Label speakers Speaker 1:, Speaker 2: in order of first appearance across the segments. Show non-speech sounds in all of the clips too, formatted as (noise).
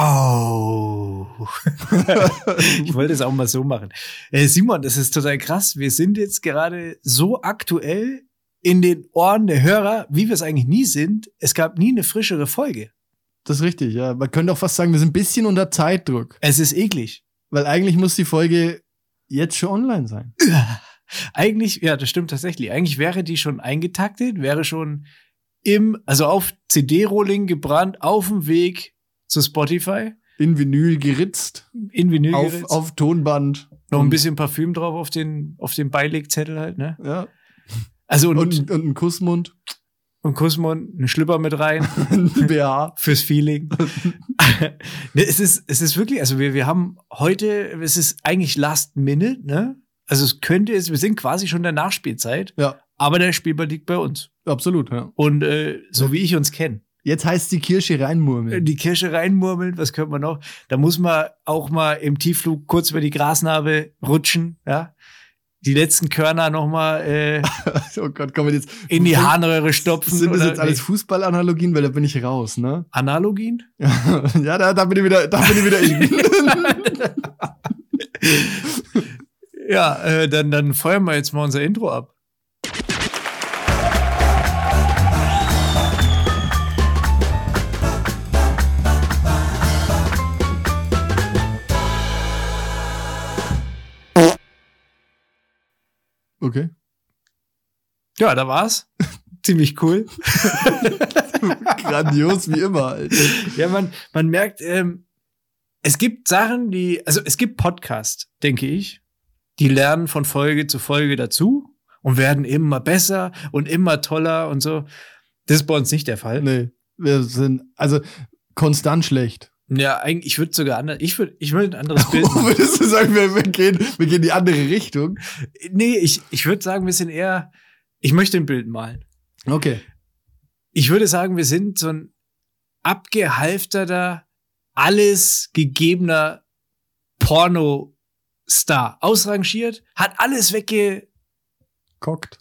Speaker 1: Wow!
Speaker 2: (laughs)
Speaker 1: ich wollte es auch mal so machen. Äh, Simon, das ist total krass. Wir sind jetzt gerade so aktuell in den Ohren der Hörer, wie wir es eigentlich nie sind. Es gab nie eine frischere Folge.
Speaker 2: Das ist richtig, ja. Man könnte auch fast sagen, wir sind ein bisschen unter Zeitdruck.
Speaker 1: Es ist eklig.
Speaker 2: Weil eigentlich muss die Folge jetzt schon online sein.
Speaker 1: Eigentlich, ja, das stimmt tatsächlich. Eigentlich wäre die schon eingetaktet, wäre schon im, also auf CD-Rolling gebrannt, auf dem Weg zu Spotify,
Speaker 2: In Vinyl geritzt,
Speaker 1: in Vinyl
Speaker 2: auf,
Speaker 1: geritzt.
Speaker 2: auf Tonband.
Speaker 1: noch ein bisschen Parfüm drauf auf den, auf den Beilegzettel halt, ne?
Speaker 2: Ja.
Speaker 1: Also und,
Speaker 2: Und,
Speaker 1: und,
Speaker 2: und einen Kussmund, (laughs)
Speaker 1: Kussmund, einen Schlüpper mit rein
Speaker 2: ein BH.
Speaker 1: fürs
Speaker 2: (laughs)
Speaker 1: Feeling. ne, es ist, es ist wirklich, also wir, wir haben heute, es ist eigentlich Last Minute, ne? Also es könnte es, wir sind quasi schon in der Nachspielzeit,
Speaker 2: Ja,
Speaker 1: aber der Spielball liegt bei uns.
Speaker 2: absolut, ja.
Speaker 1: Und äh, so wie ich uns kenne.
Speaker 2: Jetzt heißt die Kirsche
Speaker 1: in
Speaker 2: reinmurmeln.
Speaker 1: die Kirsche reinmurmeln, was könnte man noch? Da muss man auch mal im Tiefflug kurz über die Grasnarbe rutschen, ja. Die letzten Körner nochmal äh,
Speaker 2: (laughs) Oh Gott, kommen wir jetzt.
Speaker 1: in
Speaker 2: (laughs)
Speaker 1: die Harnröhre stopfen.
Speaker 2: Sind das
Speaker 1: oder-
Speaker 2: jetzt alles Fußballanalogien? Weil da bin ich raus, ne? (laughs)
Speaker 1: Nee. Analogien?
Speaker 2: ja, da, da bin ich wieder, da bin ich wieder (laughs) in.
Speaker 1: Ja, äh, dann, dann feuern wir jetzt mal unser Intro ab.
Speaker 2: okay.
Speaker 1: Ja, da war's. (laughs) Ziemlich cool.
Speaker 2: Grandios wie immer. Alter.
Speaker 1: Ja, man, man merkt, ähm, es gibt Sachen, die, also es gibt Podcasts, denke ich, die lernen von Folge zu Folge dazu und werden immer besser und immer toller und so. Das ist bei uns nicht der Fall.
Speaker 2: Nee, wir sind also konstant schlecht.
Speaker 1: Ja, eigentlich, ich würde sogar anders, ich würde, ich würde ein (laughs) anderes Bild. machen.
Speaker 2: Würdest du sagen, wir, wir, gehen, wir gehen die andere Richtung?
Speaker 1: nee, ich, ich würde sagen, wir sind eher, ich möchte ein Bild malen.
Speaker 2: Okay.
Speaker 1: Ich würde sagen, wir sind so ein abgehalfterter, alles gegebener Pornostar. Ausrangiert, hat alles wegge,
Speaker 2: Cockt.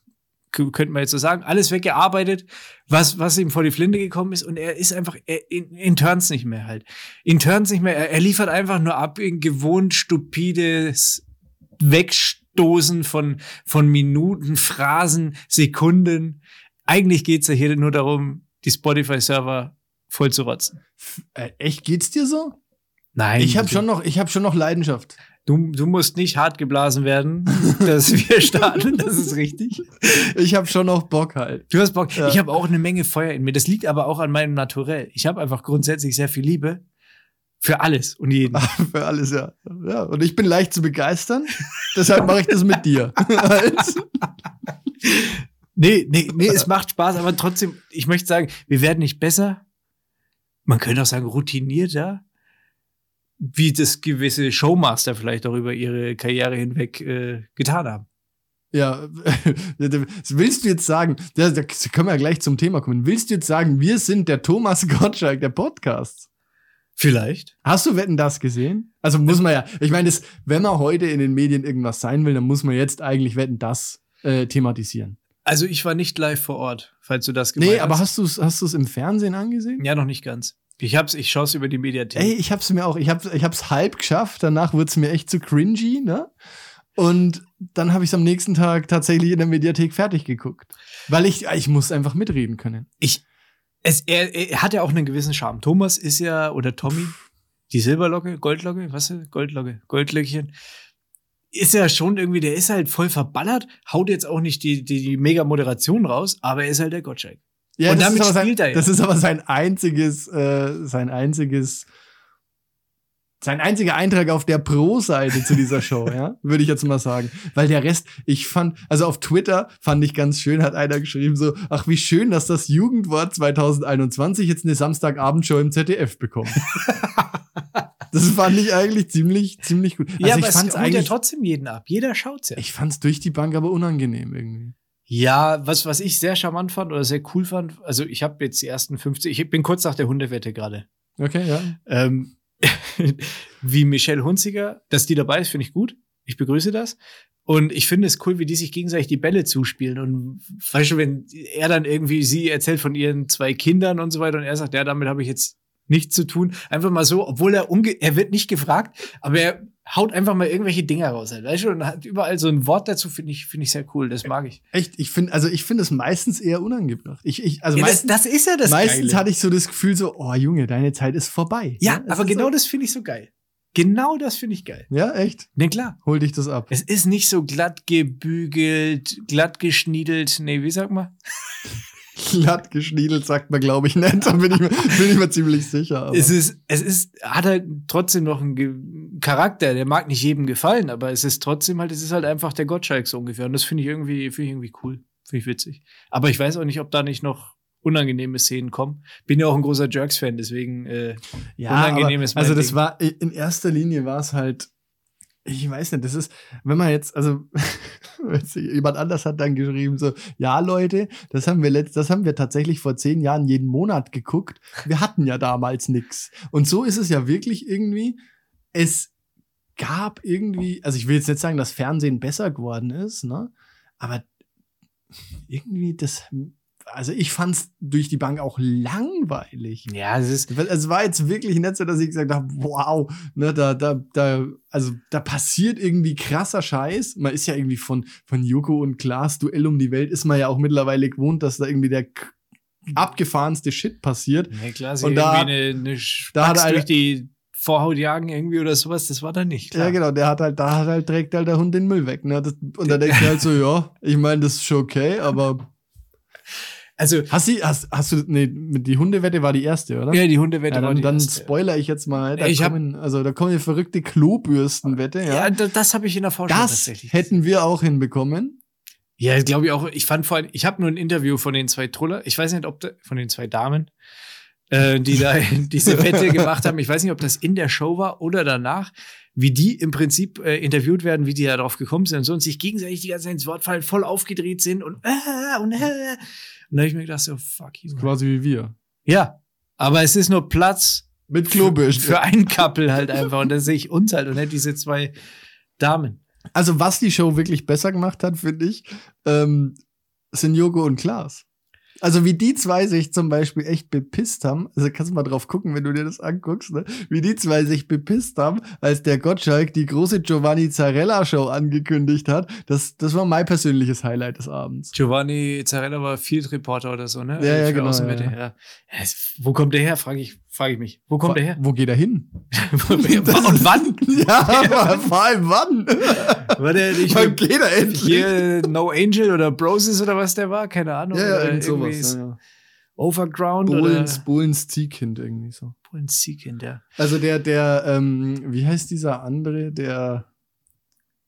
Speaker 1: k- könnte man jetzt so sagen, alles weggearbeitet, was, was ihm vor die Flinte gekommen ist. Und er ist einfach er, in, in Turns nicht mehr halt. In Turns nicht mehr. Er, er liefert einfach nur ab in gewohnt stupides Wegstoßen von, von Minuten, Phrasen, Sekunden. Eigentlich geht's ja hier nur darum, die Spotify-Server voll zu rotzen.
Speaker 2: Äh, echt, geht's dir so?
Speaker 1: Nein.
Speaker 2: Ich habe schon, noch- ich hab schon noch Leidenschaft.
Speaker 1: Du, du musst nicht hart geblasen werden, dass wir starten. Das ist richtig.
Speaker 2: Ich habe schon noch Bock halt.
Speaker 1: Du hast Bock.
Speaker 2: Ja.
Speaker 1: Ich habe auch eine Menge Feuer in mir. Das liegt aber auch an meinem Naturell. Ich habe einfach grundsätzlich sehr viel Liebe für alles und jeden.
Speaker 2: (laughs) Für alles, ja. ja. Und ich bin leicht zu begeistern. Deshalb mache ich das mit (laughs) dir. Halt.
Speaker 1: Nee, nee,
Speaker 2: (laughs)
Speaker 1: nee, es macht Spaß, aber trotzdem, ich möchte sagen, wir werden nicht besser. Man könnte auch sagen, routinierter, wie das gewisse Showmaster vielleicht auch über ihre Karriere hinweg äh, getan haben.
Speaker 2: ja. (laughs) Willst du jetzt sagen, da, da können wir ja gleich zum Thema kommen. Willst du jetzt sagen, wir sind der Thomas Gottschalk der Podcasts?
Speaker 1: Vielleicht.
Speaker 2: Hast du Wetten das gesehen? Also muss man ja, ich meine, das- wenn man heute in den Medien irgendwas sein will, dann muss man jetzt eigentlich Wetten das äh, thematisieren.
Speaker 1: Also ich war nicht live vor Ort, falls du das gemeint
Speaker 2: Nee, aber
Speaker 1: hast.
Speaker 2: hast du es hast du's im Fernsehen angesehen?
Speaker 1: ja, noch nicht ganz. Ich hab's, ich schaue es über die Mediathek.
Speaker 2: Ey, ich hab's mir auch, ich hab's, ich hab's halb geschafft, danach wurde es mir echt zu cringy, ne? Und dann habe ich es am nächsten Tag tatsächlich in der Mediathek fertig geguckt. Weil ich, ich muss einfach mitreden können.
Speaker 1: Ich, es, er, er hat ja auch einen gewissen Charme. Thomas ist ja, oder Tommy, die Silberlocke, Goldlocke, was ist das? Goldlocke, Goldlöckchen, ist ja schon irgendwie, der ist halt voll verballert, haut jetzt auch nicht die, die, die Mega-Moderation raus, aber er ist halt der Gottschalk.
Speaker 2: Ja,
Speaker 1: Und
Speaker 2: das
Speaker 1: damit
Speaker 2: ist aber sein,
Speaker 1: spielt er ja.
Speaker 2: Das ist aber sein einziges, äh, sein einziges, sein einziger Eintrag auf der Pro-Seite zu
Speaker 1: (laughs)
Speaker 2: dieser Show, ja, würde ich jetzt mal sagen. Weil der Rest, ich fand, also auf Twitter fand ich ganz schön, hat einer geschrieben so, ach wie schön, dass das Jugendwort 2021 jetzt eine Samstagabendshow im ZDF
Speaker 1: (laughs)
Speaker 2: bekommt. das fand ich eigentlich ziemlich, ziemlich gut. Also
Speaker 1: ja, aber
Speaker 2: ich fand's
Speaker 1: es holt ja
Speaker 2: eigentlich,
Speaker 1: trotzdem jeden ab. Jeder schaut's ja.
Speaker 2: ich fand's durch die Bank aber unangenehm irgendwie.
Speaker 1: Ja, was, was ich sehr charmant fand oder sehr cool fand, also ich habe jetzt die ersten 50, ich bin kurz nach der Hundewette gerade.
Speaker 2: Okay, ja.
Speaker 1: Ähm, (laughs) wie Michelle Hunziger, dass die dabei ist, finde ich gut. Ich begrüße das. Und ich finde es cool, wie die sich gegenseitig die Bälle zuspielen. Und weißt du, wenn er dann irgendwie, sie erzählt von ihren zwei Kindern und so weiter und er sagt, ja, damit habe ich jetzt nichts zu tun. Einfach mal so, obwohl er unge er wird nicht gefragt, aber er haut einfach mal irgendwelche Dinger raus, halt, weißt du, und hat überall so ein Wort dazu, finde ich, finde ich sehr cool, das mag ich.
Speaker 2: Echt, ich finde, also ich finde es meistens eher unangebracht. Ich, ich, also
Speaker 1: Ja, das,
Speaker 2: meistens,
Speaker 1: das ist ja das
Speaker 2: meistens
Speaker 1: Geile.
Speaker 2: hatte ich so das Gefühl so, oh Junge, deine Zeit ist vorbei. ne?
Speaker 1: Ja,
Speaker 2: es
Speaker 1: aber
Speaker 2: ist
Speaker 1: genau
Speaker 2: so,
Speaker 1: das finde ich so geil. Genau das finde ich geil.
Speaker 2: Ja, echt.
Speaker 1: Na klar,
Speaker 2: Hol dich das ab. (laughs)
Speaker 1: es ist nicht so glatt gebügelt, glatt geschniedelt, nee, wie sag mal?
Speaker 2: Glatt geschniedelt sagt man, glaube ich, nicht. Da bin ich mir, bin ich mir ziemlich sicher. Aber.
Speaker 1: Es ist, es ist, hat halt trotzdem noch einen Ge Charakter, der mag nicht jedem gefallen, aber es ist trotzdem halt, es ist halt einfach der Gottschalk so ungefähr. Und das finde ich irgendwie, finde ich irgendwie cool. Finde ich witzig. Aber ich weiß auch nicht, ob da nicht noch unangenehme Szenen kommen. Bin ja auch ein großer Jerks-Fan, deswegen, äh, unangenehm ist mein
Speaker 2: Also das
Speaker 1: Ding.
Speaker 2: war in erster Linie war es halt ich weiß nicht, das ist, wenn man jetzt, also (laughs) weiß nicht, jemand anders hat dann geschrieben so, ja Leute, das haben wir letzt, das haben wir tatsächlich vor zehn Jahren jeden Monat geguckt. Wir hatten ja damals nix. Und so ist es ja wirklich irgendwie. Es gab irgendwie, also ich will jetzt nicht sagen, dass Fernsehen besser geworden ist, ne? Aber irgendwie das, also ich fand's durch die Bank auch langweilig.
Speaker 1: ja, es ist,
Speaker 2: Weil Es war jetzt wirklich nicht so, dass ich gesagt habe, wow, ne, da, da, da, also da passiert irgendwie krasser Scheiß. Man ist ja irgendwie von, von Joko und Klaas Duell um die Welt ist man ja auch mittlerweile gewohnt, dass da irgendwie der k- abgefahrenste Shit passiert.
Speaker 1: ja, klar, sie
Speaker 2: Und
Speaker 1: irgendwie
Speaker 2: da-
Speaker 1: eine, eine
Speaker 2: da hat
Speaker 1: Spax
Speaker 2: einer-
Speaker 1: durch die Vorhaut jagen irgendwie oder sowas, das war da nicht. Klar.
Speaker 2: Ja, genau, der hat halt, da hat halt, trägt halt der Hund den Müll weg, ne, das, und da denkst du
Speaker 1: (laughs)
Speaker 2: halt so, ja, ich meine, das ist schon okay, aber genau.
Speaker 1: Also,
Speaker 2: hast du, hast, hast du, nee, mit die Hundewette war die erste, oder?
Speaker 1: ja, die Hundewette
Speaker 2: Ja,
Speaker 1: war
Speaker 2: dann,
Speaker 1: die
Speaker 2: dann
Speaker 1: erste.
Speaker 2: spoiler ich jetzt mal, da
Speaker 1: Ich hab-
Speaker 2: kommen, also da kommen die verrückte Klobürstenwette, ja.
Speaker 1: Ja, das, das habe ich in der Forschung
Speaker 2: Das
Speaker 1: tatsächlich.
Speaker 2: hätten wir auch hinbekommen.
Speaker 1: Ja, glaube ich auch. Ich fand vor allem, ich habe nur ein Interview von den zwei Truller, ich weiß nicht, ob da, von den zwei Damen, äh, die
Speaker 2: (laughs)
Speaker 1: da diese Wette gemacht haben. Ich weiß nicht, ob das in der Show war oder danach, wie die im Prinzip äh, interviewt werden, wie die da drauf gekommen sind und so und sich gegenseitig die ganze Zeit ins Wort fallen, voll aufgedreht sind und äh, und äh. Und da habe ich mir gedacht, so fuck you.
Speaker 2: Quasi wie wir.
Speaker 1: Ja, aber es ist nur Platz
Speaker 2: Mit
Speaker 1: für,
Speaker 2: Klobürsten.
Speaker 1: für ein Couple halt einfach und dann sehe ich uns halt und nicht diese zwei Damen.
Speaker 2: Also, was die Show wirklich besser gemacht hat, finde ich, ähm, sind Joko und Klaas. Also, wie die zwei sich zum Beispiel echt bepisst haben, also kannst du mal drauf gucken, wenn du dir das anguckst, ne? wie die zwei sich bepisst haben, als der Gottschalk die große Giovanni Zarella-Show angekündigt hat. Das, das war mein persönliches Highlight des Abends.
Speaker 1: Giovanni Zarella war Field Reporter oder so, ne?
Speaker 2: Ja, ja,
Speaker 1: Für
Speaker 2: genau,
Speaker 1: Außenwelt,
Speaker 2: ja, ja.
Speaker 1: ja. Ja, es- Wo kommt der her, frage ich, frag ich mich. Wo kommt der
Speaker 2: (laughs)
Speaker 1: her? (laughs)
Speaker 2: Wo geht er hin?
Speaker 1: Und wann?
Speaker 2: ja, (laughs) aber vor allem wann?
Speaker 1: War der nicht
Speaker 2: wann
Speaker 1: mit
Speaker 2: geht er endlich?
Speaker 1: hier No Angel oder Broses oder was der war? Keine Ahnung.
Speaker 2: Ja, ja,
Speaker 1: oder
Speaker 2: irgend
Speaker 1: irgendwie
Speaker 2: sowas. Ja, ja.
Speaker 1: Overground
Speaker 2: Bohlens,
Speaker 1: oder
Speaker 2: Bohlens Ziehkind irgendwie so.
Speaker 1: Bullen Seekind, ja.
Speaker 2: Also der, der, ähm, wie heißt dieser andere, der,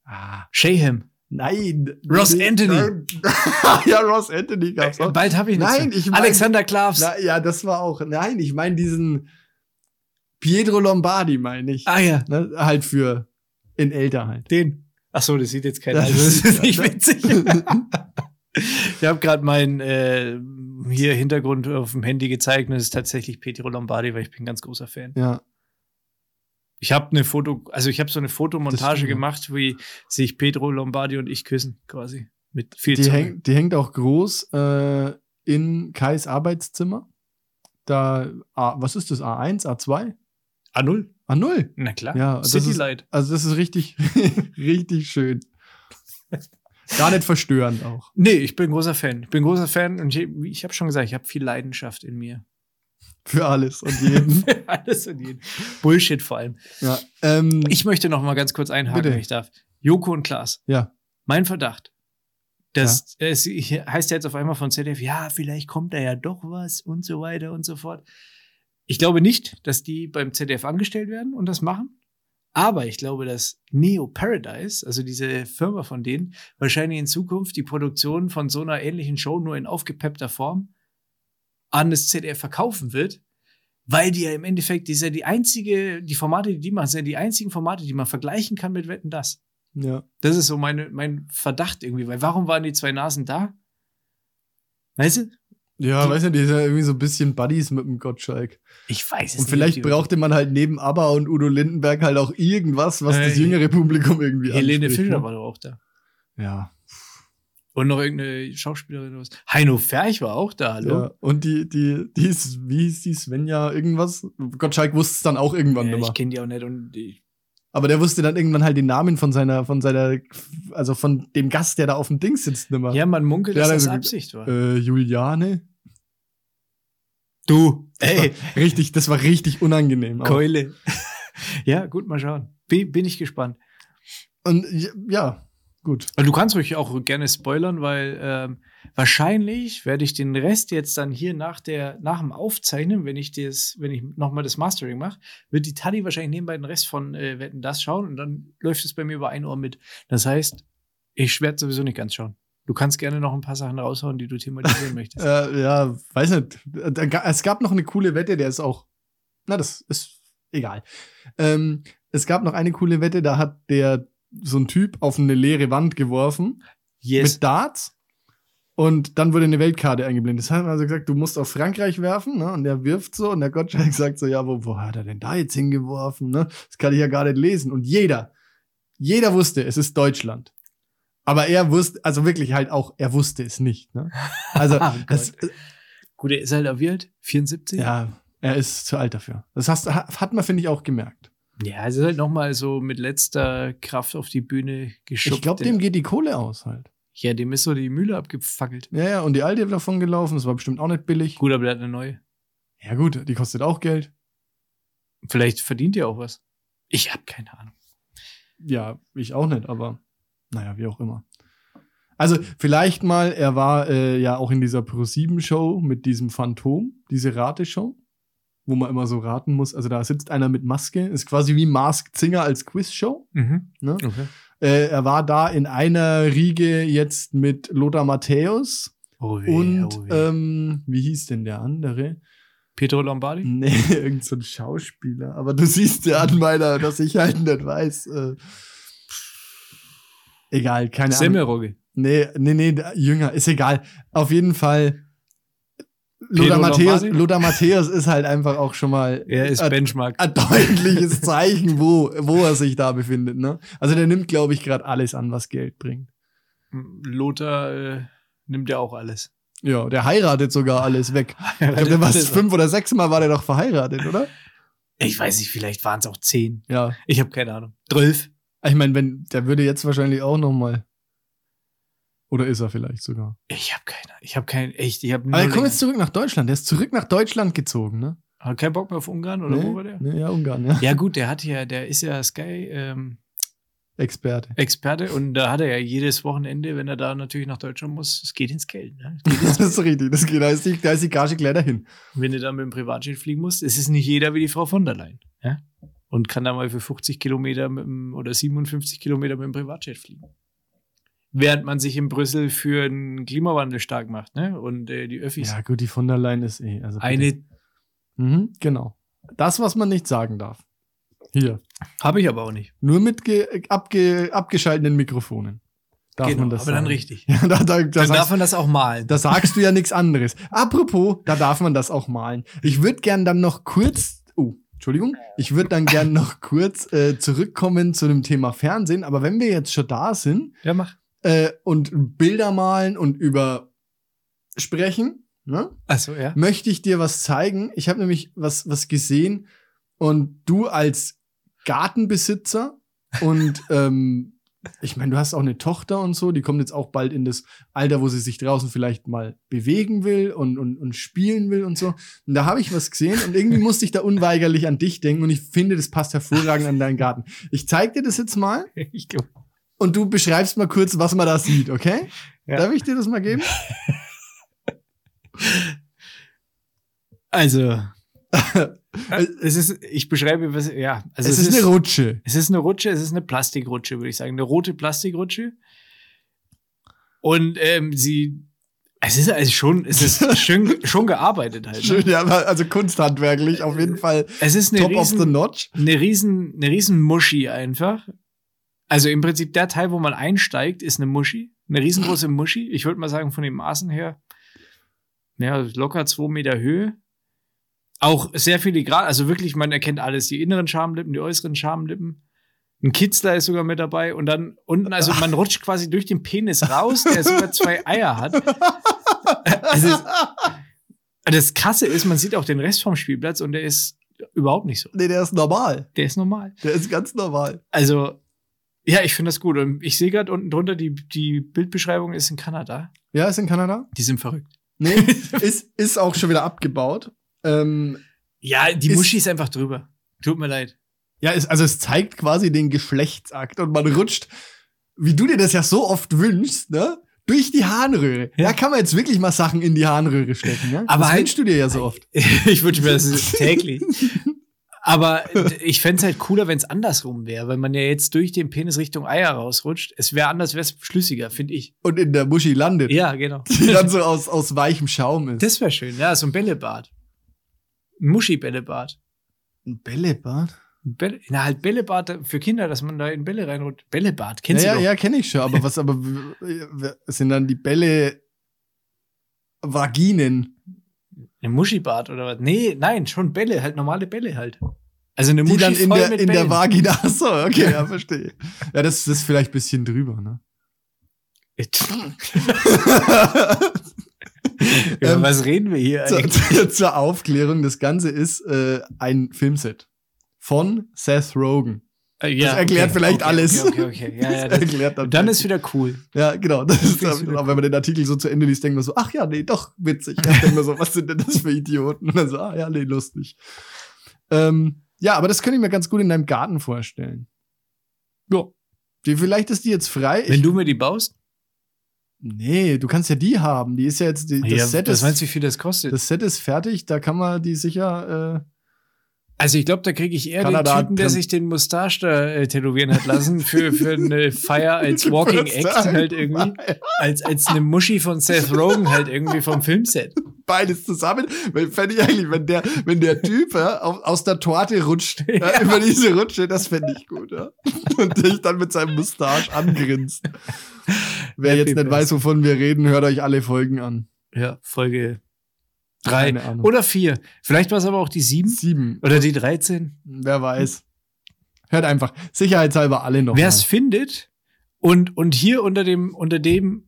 Speaker 2: ah,
Speaker 1: Shaham.
Speaker 2: nein.
Speaker 1: Ross Anthony.
Speaker 2: Nein. (laughs) ja, Ross Anthony gab's auch.
Speaker 1: Äh, Bald habe ich nichts
Speaker 2: Nein,
Speaker 1: mehr.
Speaker 2: ich mein-
Speaker 1: Alexander Klavs.
Speaker 2: Na, ja, das war auch, nein, ich meine diesen Pietro Lombardi, meine ich.
Speaker 1: Ah ja,
Speaker 2: Ne, halt für, in
Speaker 1: (laughs)
Speaker 2: älter halt.
Speaker 1: den. Ach so, das sieht jetzt keiner.
Speaker 2: Das
Speaker 1: Also, das
Speaker 2: ist-
Speaker 1: ist nicht witzig. Ich habe gerade meinen äh, hier Hintergrund auf dem Handy gezeigt und es ist tatsächlich Pietro Lombardi, weil ich bin ein ganz großer Fan.
Speaker 2: ja.
Speaker 1: Ich habe eine Foto, also ich habe so eine
Speaker 2: Das
Speaker 1: Fotomontage
Speaker 2: stimmt.
Speaker 1: gemacht, wie sich Pedro Lombardi und ich küssen, quasi. Mit viel
Speaker 2: Die,
Speaker 1: Zunge.
Speaker 2: hängt, die hängt auch groß äh, in Kais Arbeitszimmer. Da, A, was ist das, A1, A2?
Speaker 1: Ah, null?
Speaker 2: A0.
Speaker 1: Na klar.
Speaker 2: Ja, das
Speaker 1: City
Speaker 2: ist-
Speaker 1: Light.
Speaker 2: Also das ist richtig, (laughs) richtig schön. Gar nicht verstörend auch.
Speaker 1: Nee, ich bin großer Fan. Ich bin großer Fan und ich, ich habe schon gesagt, ich habe viel Leidenschaft in mir.
Speaker 2: Für alles
Speaker 1: (laughs)
Speaker 2: und jeden.
Speaker 1: Alles und jeden. Bullshit vor allem.
Speaker 2: ja, ähm,
Speaker 1: Ich möchte noch mal ganz kurz einhaken,
Speaker 2: Bitte.
Speaker 1: wenn ich darf. Joko und Klaas.
Speaker 2: ja.
Speaker 1: Mein Verdacht. Das es heißt ja jetzt auf einmal von ZDF, ja, vielleicht kommt da ja doch was und so weiter und so fort. Ich glaube nicht, dass die beim ZDF angestellt werden und das machen. Aber ich glaube, dass Neo Paradise, also diese Firma von denen, wahrscheinlich in Zukunft die Produktion von so einer ähnlichen Show nur in aufgepeppter Form an das ZDF verkaufen wird, weil die ja im Endeffekt, die ist ja die einzige, die Formate, die die machen, sind ja die einzigen Formate, die man vergleichen kann mit Wetten, das.
Speaker 2: ja.
Speaker 1: Das ist so meine, mein Verdacht irgendwie, weil warum waren die zwei Nasen da? Weißt du?
Speaker 2: Ja,
Speaker 1: Die-
Speaker 2: weiß nicht, die ist ja irgendwie so ein bisschen Buddies mit dem Gottschalk.
Speaker 1: Ich weiß es
Speaker 2: Und vielleicht
Speaker 1: nicht.
Speaker 2: brauchte man halt neben ABBA und Udo Lindenberg halt auch irgendwas, was
Speaker 1: Äh,
Speaker 2: das jüngere Publikum irgendwie
Speaker 1: Helene
Speaker 2: anspricht,
Speaker 1: Fischer
Speaker 2: ne?
Speaker 1: war doch auch da.
Speaker 2: Ja.
Speaker 1: Und noch irgendeine Schauspielerin oder was. Heino Ferch war auch da, hallo?
Speaker 2: Ja. Und die, die, die ist, wie hieß die Svenja, irgendwas? Gottschalk wusste es dann auch irgendwann
Speaker 1: Ja,
Speaker 2: immer.
Speaker 1: Äh, ich kenne die auch nicht und ich,
Speaker 2: Aber der wusste dann irgendwann halt den Namen von seiner, von seiner, also von dem Gast, der da auf dem Ding sitzt, nimmer.
Speaker 1: ja, man munkelt,
Speaker 2: Ja,
Speaker 1: dass das
Speaker 2: also-
Speaker 1: Absicht war.
Speaker 2: Äh, Juliane?
Speaker 1: Du,
Speaker 2: Ey, richtig, das war richtig unangenehm. auch.
Speaker 1: Keule. (laughs) ja, gut, mal schauen. Bin, bin ich gespannt.
Speaker 2: Und ja, gut.
Speaker 1: Aber du kannst mich auch gerne spoilern, weil ähm, wahrscheinlich werde ich den Rest jetzt dann hier nach der nach dem Aufzeichnen, wenn ich das, wenn ich nochmal das Mastering mache, wird die Tali wahrscheinlich nebenbei den Rest von äh, Wetten das schauen und dann läuft es bei mir über ein Ohr mit. Das heißt, ich werde sowieso nicht ganz schauen. Du kannst gerne noch ein paar Sachen raushauen, die du thematisieren möchtest.
Speaker 2: (laughs) Äh, ja, weiß nicht. Da ga- Es gab noch eine coole Wette, der ist auch. Na, das ist egal. Ähm, es gab noch eine coole Wette, da hat der so ein Typ auf eine leere Wand geworfen
Speaker 1: Yes.
Speaker 2: mit Darts. Und dann wurde eine Weltkarte eingeblendet. Das hat also gesagt, du musst auf Frankreich werfen, ne? Und er wirft so und der Gottschalk (laughs) sagt so, ja, wo, wo hat er denn da jetzt hingeworfen, ne? Das kann ich ja gar nicht lesen. Und jeder, jeder wusste, es ist Deutschland. Aber er wusste, also wirklich halt auch, er wusste es nicht, ne?
Speaker 1: (laughs)
Speaker 2: Also,
Speaker 1: Ah, Gott.
Speaker 2: das,
Speaker 1: Gut, er ist halt erwirrt, 74.
Speaker 2: ja, er ist zu alt dafür. Das hast, ha- hat man, finde ich, auch gemerkt.
Speaker 1: Ja, es ist halt nochmal so mit letzter Kraft auf die Bühne geschubst.
Speaker 2: ich glaube, dem geht die Kohle aus halt.
Speaker 1: Ja, dem ist so die Mühle abgefackelt.
Speaker 2: Ja, ja, und die alte davon gelaufen, das war bestimmt auch nicht billig.
Speaker 1: Gut, aber der hat eine neue.
Speaker 2: Ja, gut, die kostet auch Geld.
Speaker 1: Vielleicht verdient ihr auch was. Ich habe keine Ahnung.
Speaker 2: Ja, ich auch nicht, aber naja, wie auch immer. Also, vielleicht mal, er war äh, ja auch in dieser Pro-7-Show mit diesem Phantom, diese Rateshow, wo man immer so raten muss. Also, da sitzt einer mit Maske, ist quasi wie Mask Singer als Quiz-Show. Ne?
Speaker 1: Okay.
Speaker 2: Äh, er war da in einer Riege jetzt mit Lothar Matthäus.
Speaker 1: Oh weh,
Speaker 2: Und
Speaker 1: oh weh.
Speaker 2: ähm, wie hieß denn der andere?
Speaker 1: Pietro Lombardi?
Speaker 2: Nee, (laughs) irgend so ein Schauspieler. Aber du siehst ja an meiner, dass ich halt nicht weiß. Äh, egal, keine Ahnung.
Speaker 1: Semmelrogge.
Speaker 2: Nee, nee, nee, da- jünger, ist egal. Auf jeden Fall. Lothar
Speaker 1: Pedro
Speaker 2: Matthäus,
Speaker 1: Lombardi?
Speaker 2: Lothar Matthäus ist halt einfach auch schon mal
Speaker 1: (laughs) Er ist
Speaker 2: ein,
Speaker 1: Benchmark.
Speaker 2: ein deutliches Zeichen, wo, wo er sich da befindet. Ne? Also der nimmt, glaube ich, gerade alles an, was Geld bringt.
Speaker 1: Lothar äh, nimmt ja auch
Speaker 2: (laughs)
Speaker 1: alles.
Speaker 2: Ja, der heiratet sogar alles weg. Ich glaube, der war
Speaker 1: Alles.
Speaker 2: fünf oder sechs Mal war der doch verheiratet, oder?
Speaker 1: ich weiß nicht, vielleicht waren es auch zehn.
Speaker 2: Ja.
Speaker 1: Ich habe keine Ahnung. Zwölf.
Speaker 2: Ich meine, wenn der würde jetzt wahrscheinlich auch noch mal oder ist er vielleicht sogar?
Speaker 1: Ich habe keine Ich habe keinen, echt, ich habe
Speaker 2: Aber er kommt jetzt zurück nach Deutschland. Der ist zurück nach Deutschland gezogen, ne?
Speaker 1: Hat keinen Bock mehr auf Ungarn oder
Speaker 2: nee?
Speaker 1: wo war der?
Speaker 2: Nee, ja, Ungarn, ja.
Speaker 1: Ja gut, der hat ja, der ist ja Sky ähm,
Speaker 2: Experte.
Speaker 1: Experte und da hat er ja jedes Wochenende, wenn er da natürlich nach Deutschland muss, es geht ins Geld. Ne?
Speaker 2: (laughs) Das ist richtig. Das geht, da, ist die, da ist die Gage gleich dahin.
Speaker 1: wenn du dann mit dem Privatjet fliegen musst, es ist nicht jeder wie die Frau von der Leyen. Ja? Und kann da mal für 50 Kilometer mit dem, oder 57 Kilometer mit dem Privatjet fliegen. Während man sich in Brüssel für den Klimawandel stark macht ne? und äh, die Öffis.
Speaker 2: Ja, gut, die von der Leyen ist eh. Also bitte.
Speaker 1: Eine
Speaker 2: Mhm, genau. Das, was man nicht sagen darf. Hier.
Speaker 1: habe ich aber auch nicht.
Speaker 2: Nur mit ge, abge, abgeschalteten Mikrofonen. Darf
Speaker 1: Genau,
Speaker 2: man das
Speaker 1: aber
Speaker 2: sagen.
Speaker 1: dann richtig.
Speaker 2: (laughs) Ja, da, da, da
Speaker 1: Dann
Speaker 2: sagst
Speaker 1: darf man das auch malen.
Speaker 2: Da sagst du ja nichts anderes. Apropos, da darf man das auch malen. Ich würde gern dann noch kurz. Oh, Entschuldigung. Ich würde dann gern noch kurz äh, zurückkommen zu dem Thema Fernsehen. Aber wenn wir jetzt schon da sind
Speaker 1: ja, mach.
Speaker 2: äh, und Bilder malen und über sprechen, ne,
Speaker 1: Achso, ja.
Speaker 2: möchte ich dir was zeigen. Ich habe nämlich was, was gesehen und du als Gartenbesitzer und ähm, ich meine, du hast auch eine Tochter und so, die kommt jetzt auch bald in das Alter, wo sie sich draußen vielleicht mal bewegen will und, und, und spielen will und so. Und da habe ich was gesehen und irgendwie musste ich da unweigerlich an dich denken und ich finde, das passt hervorragend an deinen Garten. Ich zeig dir das jetzt mal
Speaker 1: (laughs) Ich glaub,
Speaker 2: und du beschreibst mal kurz, was man da sieht, okay?
Speaker 1: Ja.
Speaker 2: Darf ich dir das mal geben?
Speaker 1: also, äh, (laughs) es ist, ich beschreibe, was, ja. Also
Speaker 2: es ist eine Rutsche.
Speaker 1: Es ist eine Rutsche, es ist eine Plastikrutsche, würde ich sagen. Eine rote Plastikrutsche. Und ähm, sie. Es ist also schon, es ist
Speaker 2: (laughs)
Speaker 1: schön, schon gearbeitet halt. Ne?
Speaker 2: Schön, ja, aber also kunsthandwerklich auf jeden Fall
Speaker 1: Es ist eine
Speaker 2: top of the
Speaker 1: riesen,
Speaker 2: notch.
Speaker 1: eine riesen, eine riesen Muschi einfach. Also im Prinzip der Teil, wo man einsteigt, ist eine Muschi. Eine riesengroße Muschi. Ich würde mal sagen, von den Maßen her, ja, locker zwei Meter Höhe. Auch sehr filigran, also wirklich, man erkennt alles, die inneren Schamlippen, die äußeren Schamlippen. Ein Kitzler ist sogar mit dabei und dann unten, also man rutscht quasi durch den Penis raus, der sogar zwei Eier hat. Es ist, das Krasse ist, man sieht auch den Rest vom Spielplatz und der ist überhaupt nicht so.
Speaker 2: Nee, der ist normal.
Speaker 1: Der ist normal.
Speaker 2: Der ist ganz normal.
Speaker 1: Also, ja, ich finde das gut. Und ich sehe gerade unten drunter, die, die Bildbeschreibung ist in Kanada.
Speaker 2: Ja, ist in Kanada?
Speaker 1: Die sind verrückt.
Speaker 2: Nee, (laughs) ist, ist auch schon wieder abgebaut. Ähm,
Speaker 1: Ja, die
Speaker 2: Ist-
Speaker 1: Muschi ist einfach drüber. Tut mir leid. (laughs)
Speaker 2: Ja, es, also es zeigt quasi den Geschlechtsakt und man rutscht, wie du dir das ja so oft wünschst, ne? Durch die Harnröhre.
Speaker 1: Ja.
Speaker 2: Da kann man jetzt wirklich mal Sachen in die Harnröhre stecken, ne?
Speaker 1: Aber
Speaker 2: das
Speaker 1: halt-
Speaker 2: wünschst du dir ja so oft.
Speaker 1: ich wünsche mir (laughs) das täglich. (laughs) Aber ich fänd's halt cooler, wenn's andersrum wäre, wenn man ja jetzt durch den Penis Richtung Eier rausrutscht. Es wäre anders, wäre schlüssiger, finde ich.
Speaker 2: Und in der Muschi landet,
Speaker 1: Ja, genau.
Speaker 2: die dann so aus, aus weichem Schaum ist.
Speaker 1: Das wäre schön, ja, so ein Bällebad. Ein Muschi-Bällebad.
Speaker 2: Ein Bällebad?
Speaker 1: Ein Bälle, na, halt Bällebad für Kinder, dass man da in Bälle reinrutscht. Bällebad,
Speaker 2: Ja,
Speaker 1: kennst
Speaker 2: ja,
Speaker 1: du doch.
Speaker 2: ja, kenne ich schon. Aber was, aber w- w- sind dann die Bälle Vaginen,
Speaker 1: Ein Muschibad oder was? Nee, nein, schon Bälle, halt normale Bälle halt. Also eine
Speaker 2: die
Speaker 1: Muschi
Speaker 2: dann in
Speaker 1: voll
Speaker 2: der,
Speaker 1: mit
Speaker 2: in der
Speaker 1: Bällen. (laughs)
Speaker 2: Vagina. Ach so, okay, ja, verstehe. Ja, das ist vielleicht ein bisschen
Speaker 1: (laughs)
Speaker 2: drüber, ne? (laughs)
Speaker 1: Über
Speaker 2: Ähm,
Speaker 1: was reden wir hier
Speaker 2: zur,
Speaker 1: eigentlich?
Speaker 2: zur, zur Aufklärung, das Ganze ist äh, ein Filmset von Seth Rogen.
Speaker 1: Äh, Ja,
Speaker 2: erklärt vielleicht alles.
Speaker 1: Okay, okay, okay. Ja, ja,
Speaker 2: (laughs)
Speaker 1: das,
Speaker 2: Erklärt dann
Speaker 1: dann ist wieder cool.
Speaker 2: ja genau. (laughs) Das ist,
Speaker 1: Das ist wieder
Speaker 2: aber wenn man den Artikel so zu Ende liest, denkt man so, ach ja, nee, doch witzig. Dann denkt man so, was sind denn das für Idioten? Und dann so, ah ja, nee, lustig. Ähm, ja, aber das könnte ich mir ganz gut in deinem Garten vorstellen.
Speaker 1: Ja.
Speaker 2: Die, vielleicht ist die jetzt frei.
Speaker 1: Wenn du mir die baust,
Speaker 2: nee, du kannst ja die haben. Die ist ja jetzt die, das
Speaker 1: Ah ja,
Speaker 2: Set
Speaker 1: das
Speaker 2: ist.
Speaker 1: meinst du, wie viel das kostet?
Speaker 2: das Set ist fertig, da kann man die sicher äh,
Speaker 1: also ich glaube, da kriege ich eher
Speaker 2: Kanada
Speaker 1: den
Speaker 2: hat
Speaker 1: Typen, der
Speaker 2: drin.
Speaker 1: sich den Mustache da äh, tätowieren hat lassen für, für eine Feier als Walking Act halt irgendwie, als, als eine Muschi von Seth Rogen halt irgendwie vom Filmset.
Speaker 2: beides zusammen. Weil fände ich eigentlich, wenn der, wenn der Typ ja, au- aus der Torte rutscht, ja,
Speaker 1: Ja.
Speaker 2: über diese Rutsche, das fände ich gut, ja. Und dich dann mit seinem Mustache angrinst. Wer
Speaker 1: Happy
Speaker 2: jetzt nicht
Speaker 1: Birthday.
Speaker 2: weiß, wovon wir reden, hört euch alle Folgen an.
Speaker 1: Ja, Folge drei
Speaker 2: Keine Ahnung.
Speaker 1: oder vier. Vielleicht war es aber auch die sieben
Speaker 2: Sieben.
Speaker 1: oder die 13.
Speaker 2: Wer weiß. Hört einfach. Sicherheitshalber alle noch.
Speaker 1: Wer es findet und, und hier unter dem, unter dem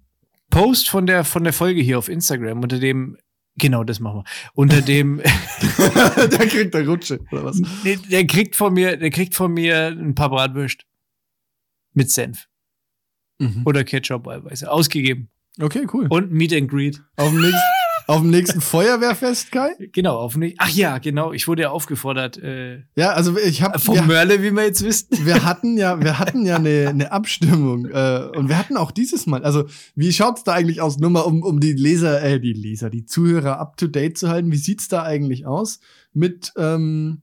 Speaker 1: Post von der, von der Folge hier auf Instagram, unter dem, genau das machen wir, unter (laughs) dem,
Speaker 2: mal. (laughs) der kriegt eine Rutsche, oder was?
Speaker 1: nee, der kriegt von mir, der kriegt von mir ein paar Bratwürst mit Senf oder Ketchup wahlweise, ausgegeben
Speaker 2: Okay, cool.
Speaker 1: und Meet and Greet.
Speaker 2: Auf dem nächsten, auf dem nächsten Feuerwehrfest, Kai?
Speaker 1: Genau, auf nicht. Ach ja, genau, ich wurde ja aufgefordert, äh,
Speaker 2: Ja, also ich habe
Speaker 1: vom Mörle, wie wir jetzt wissen.
Speaker 2: wir hatten ja, wir hatten ja eine, eine Abstimmung äh, und wir hatten auch dieses Mal. Also wie schaut's da eigentlich aus? Nur mal um, um die Leser, äh, die Leser, die Zuhörer up to date zu halten. Wie sieht's da eigentlich aus mit ähm,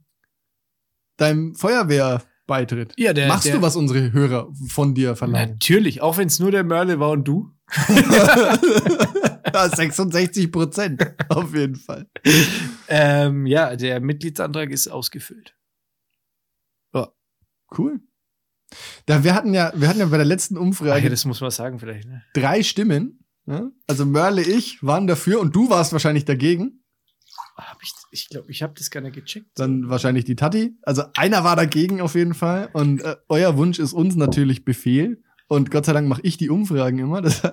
Speaker 2: deinem Feuerwehrbeitritt?
Speaker 1: Ja, der,
Speaker 2: Machst
Speaker 1: der,
Speaker 2: du, was unsere Hörer von dir verlangen?
Speaker 1: Natürlich, auch wenn es nur der Mörle war und du.
Speaker 2: (laughs) Ja, 66 Prozent auf jeden Fall.
Speaker 1: Ähm, ja, der Mitgliedsantrag ist ausgefüllt.
Speaker 2: Cool. Da wir hatten ja, wir hatten ja bei der letzten
Speaker 1: Ach ja,
Speaker 2: Umfrage
Speaker 1: das muss man sagen vielleicht. Ne?
Speaker 2: drei Stimmen. Ja? Also Mörle, ich waren dafür und du warst wahrscheinlich dagegen.
Speaker 1: Hab ich ich glaube, ich habe das gar nicht gecheckt.
Speaker 2: Dann wahrscheinlich die Tati. Also einer war dagegen auf jeden Fall. Und äh, euer Wunsch ist uns natürlich Befehl. Und Gott sei Dank mache ich die Umfragen immer. (laughs) Das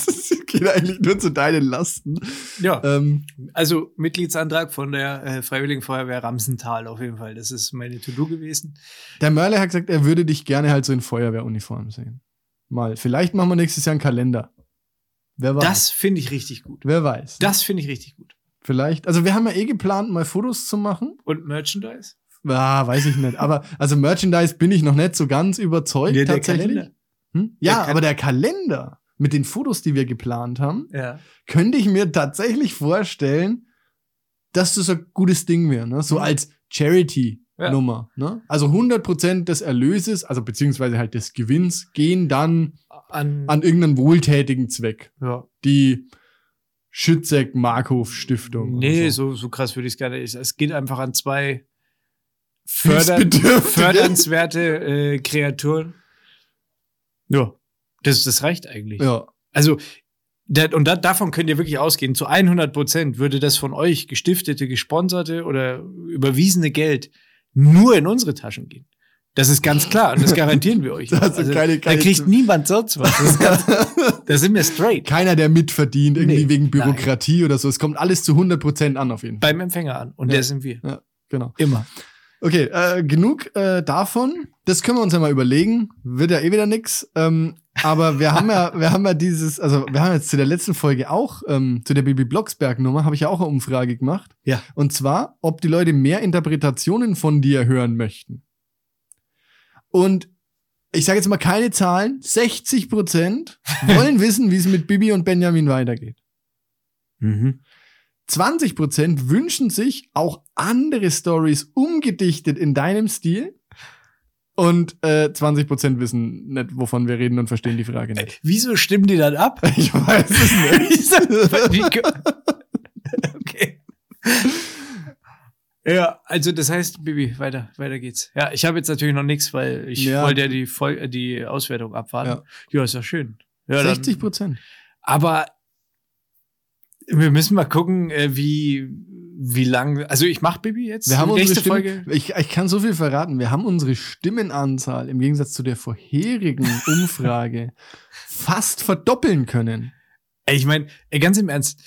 Speaker 2: heißt, es geht eigentlich nur zu deinen Lasten.
Speaker 1: Ja,
Speaker 2: Ähm,
Speaker 1: also Mitgliedsantrag von der äh, Freiwilligen Feuerwehr Ramsenthal auf jeden Fall. Das ist meine To-Do gewesen.
Speaker 2: der Mörle hat gesagt, er würde dich gerne halt so in Feuerwehruniform sehen. Mal. Vielleicht machen wir nächstes Jahr einen Kalender. Wer weiß.
Speaker 1: Das finde ich richtig gut.
Speaker 2: Wer weiß.
Speaker 1: Das finde ich richtig gut.
Speaker 2: Vielleicht. Also wir haben ja eh geplant, mal Fotos zu machen.
Speaker 1: Und Merchandise?
Speaker 2: Ah, weiß ich nicht. Aber also Merchandise bin ich noch nicht so ganz überzeugt
Speaker 1: Nee, der
Speaker 2: tatsächlich.
Speaker 1: Kalender.
Speaker 2: Hm? Ja,
Speaker 1: Der Kal-
Speaker 2: aber der Kalender mit den Fotos, die wir geplant haben,
Speaker 1: Ja.
Speaker 2: könnte ich mir tatsächlich vorstellen, dass das ein gutes Ding wäre, ne? So
Speaker 1: Mhm.
Speaker 2: als Charity-Nummer. Ne? Also 100% des Erlöses, also beziehungsweise halt des Gewinns, gehen dann
Speaker 1: An,
Speaker 2: an irgendeinen wohltätigen Zweck.
Speaker 1: ja.
Speaker 2: Die Schützek-Markhof-Stiftung. oder
Speaker 1: Nee, so. So, krass würde ich es gar nicht. Es geht einfach an zwei förder
Speaker 2: Hilfsbedürftige.
Speaker 1: fördernswerte äh, Kreaturen. Ja. Das, das reicht eigentlich.
Speaker 2: Ja,
Speaker 1: Also, da, und da, davon könnt ihr wirklich ausgehen. Zu 100 Prozent würde das von euch gestiftete, gesponserte oder überwiesene Geld nur in unsere Taschen gehen. Das ist ganz klar und das garantieren wir
Speaker 2: (laughs)
Speaker 1: euch.
Speaker 2: Also keine-
Speaker 1: da
Speaker 2: keine-
Speaker 1: kriegt niemand sonst was. Das ist (laughs)
Speaker 2: (laughs)
Speaker 1: ganz, da sind wir straight
Speaker 2: Keiner, der mitverdient, irgendwie
Speaker 1: Nee,
Speaker 2: wegen
Speaker 1: nein.
Speaker 2: Bürokratie oder so. Es kommt alles zu 100% an auf jeden Fall.
Speaker 1: beim Empfänger an und
Speaker 2: Ja.
Speaker 1: der sind wir.
Speaker 2: Genau.
Speaker 1: Immer.
Speaker 2: Okay, äh, genug äh, davon. Das können wir uns ja mal überlegen. Wird ja eh wieder nix. Ähm, aber wir
Speaker 1: (laughs)
Speaker 2: haben ja, wir haben ja dieses, also wir haben jetzt zu der letzten Folge auch, ähm, zu der Bibi Blocksberg-Nummer, habe ich ja auch eine Umfrage gemacht.
Speaker 1: Ja.
Speaker 2: Und zwar, ob die Leute mehr Interpretationen von dir hören möchten. Und ich sage jetzt mal keine Zahlen. 60
Speaker 1: (laughs)
Speaker 2: Prozent wollen wissen, wie es mit Bibi und Benjamin weitergeht. Mhm. 20% wünschen sich auch andere Stories umgedichtet in deinem Stil. Und äh, 20% wissen nicht, wovon wir reden und verstehen die Frage nicht.
Speaker 1: Wieso stimmen die dann ab?
Speaker 2: (laughs) Ich
Speaker 1: (laughs)
Speaker 2: weiß es
Speaker 1: Die
Speaker 2: nicht.
Speaker 1: kö- (laughs) okay. Ja, also das heißt, Bibi, weiter, weiter geht's. Ja, ich habe jetzt natürlich noch nichts, weil ich
Speaker 2: Ja.
Speaker 1: wollte ja die, Vol äh, die Auswertung abwarten. Ja, ist ja schön. Ja, dann-
Speaker 2: 60 Prozent.
Speaker 1: Aber wir müssen mal gucken, äh, wie, wie lang. Also ich mache Bibi jetzt.
Speaker 2: Wir haben
Speaker 1: die
Speaker 2: unsere
Speaker 1: nächste
Speaker 2: Stimme,
Speaker 1: Folge.
Speaker 2: ich, ich kann so viel verraten. Wir haben unsere Stimmenanzahl im Gegensatz zu
Speaker 1: (laughs)
Speaker 2: der vorherigen Umfrage fast verdoppeln können.
Speaker 1: Ey, Ich meine, ganz im Ernst,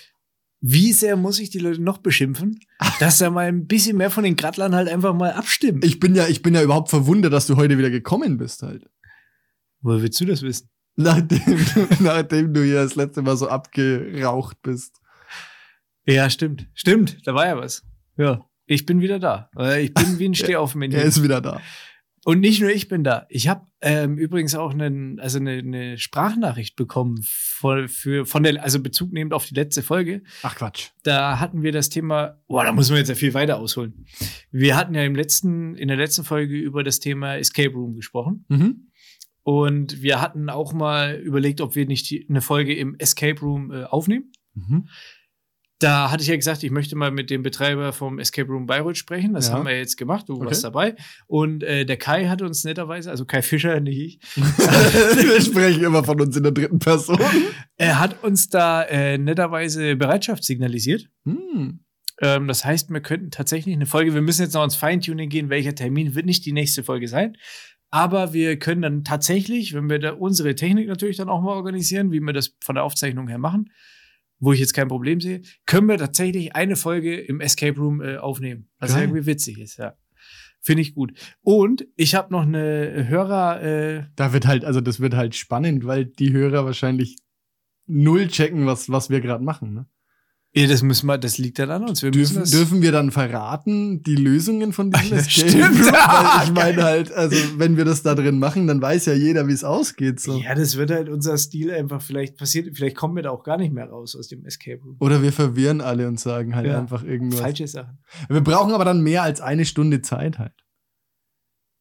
Speaker 1: wie sehr muss ich die Leute noch beschimpfen, dass da mal ein bisschen mehr von den Grattlern halt einfach mal abstimmen?
Speaker 2: Ich bin ja, ich bin ja überhaupt verwundert, dass du heute wieder gekommen bist halt.
Speaker 1: Woher willst du das wissen?
Speaker 2: Nachdem du, (laughs) nachdem du hier das letzte Mal so abgeraucht bist.
Speaker 1: Ja, stimmt. Stimmt, da war ja was. Ja. Ich bin wieder da. Äh, Ich bin (laughs) wie ein Stehaufmännchen.
Speaker 2: Er ist wieder da.
Speaker 1: Und nicht nur ich bin da. Ich habe ähm, übrigens auch einen, also eine, eine Sprachnachricht bekommen von, für, von der, also Bezug nehmend auf die letzte Folge.
Speaker 2: Ach Quatsch.
Speaker 1: Da hatten wir das Thema, boah, da müssen wir jetzt ja viel weiter ausholen. Wir hatten ja im letzten, in der letzten Folge über das Thema Escape Room gesprochen.
Speaker 2: Mhm.
Speaker 1: Und wir hatten auch mal überlegt, ob wir nicht die, eine Folge im Escape Room äh, aufnehmen.
Speaker 2: Mhm.
Speaker 1: Da hatte ich ja gesagt, ich möchte mal mit dem Betreiber vom Escape Room Bayreuth sprechen. Das
Speaker 2: Ja.
Speaker 1: haben wir jetzt gemacht. Du
Speaker 2: Okay.
Speaker 1: warst dabei. Und äh, der Kai hatte uns netterweise, also Kai Fischer, nicht ich,
Speaker 2: (laughs) Wir sprechen immer von uns in der dritten Person.
Speaker 1: er hat uns da äh, netterweise Bereitschaft signalisiert.
Speaker 2: Mhm.
Speaker 1: Ähm, das heißt, wir könnten tatsächlich eine Folge, wir müssen jetzt noch ins Feintuning gehen, welcher Termin wird nicht die nächste Folge sein. Aber wir können dann tatsächlich, wenn wir da unsere Technik natürlich dann auch mal organisieren, wie wir das von der Aufzeichnung her machen, wo ich jetzt kein Problem sehe, können wir tatsächlich eine Folge im Escape Room äh, aufnehmen. Was
Speaker 2: Geil.
Speaker 1: irgendwie witzig ist, ja. Finde ich gut. Und ich habe noch eine Hörer, äh,
Speaker 2: Da wird halt, also das wird halt spannend, weil die Hörer wahrscheinlich null checken, was, was wir gerade machen. Ne?
Speaker 1: ja, das müssen wir, das liegt dann an uns. Wir müssen
Speaker 2: Dürfen,
Speaker 1: das,
Speaker 2: dürfen wir dann verraten, die Lösungen von (laughs) diesem
Speaker 1: Ja,
Speaker 2: Escape
Speaker 1: stimmt.
Speaker 2: Room? (laughs) Weil
Speaker 1: Geil.
Speaker 2: ich meine halt, also wenn wir das da drin machen, dann weiß ja jeder, wie es ausgeht. So.
Speaker 1: Ja, das wird halt unser Stil einfach vielleicht passiert. Vielleicht kommen wir da auch gar nicht mehr raus aus dem Escape Room.
Speaker 2: Oder wir verwirren alle und sagen halt
Speaker 1: Ja.
Speaker 2: einfach irgendwas.
Speaker 1: Falsche Sachen.
Speaker 2: Wir brauchen aber dann mehr als eine Stunde Zeit halt.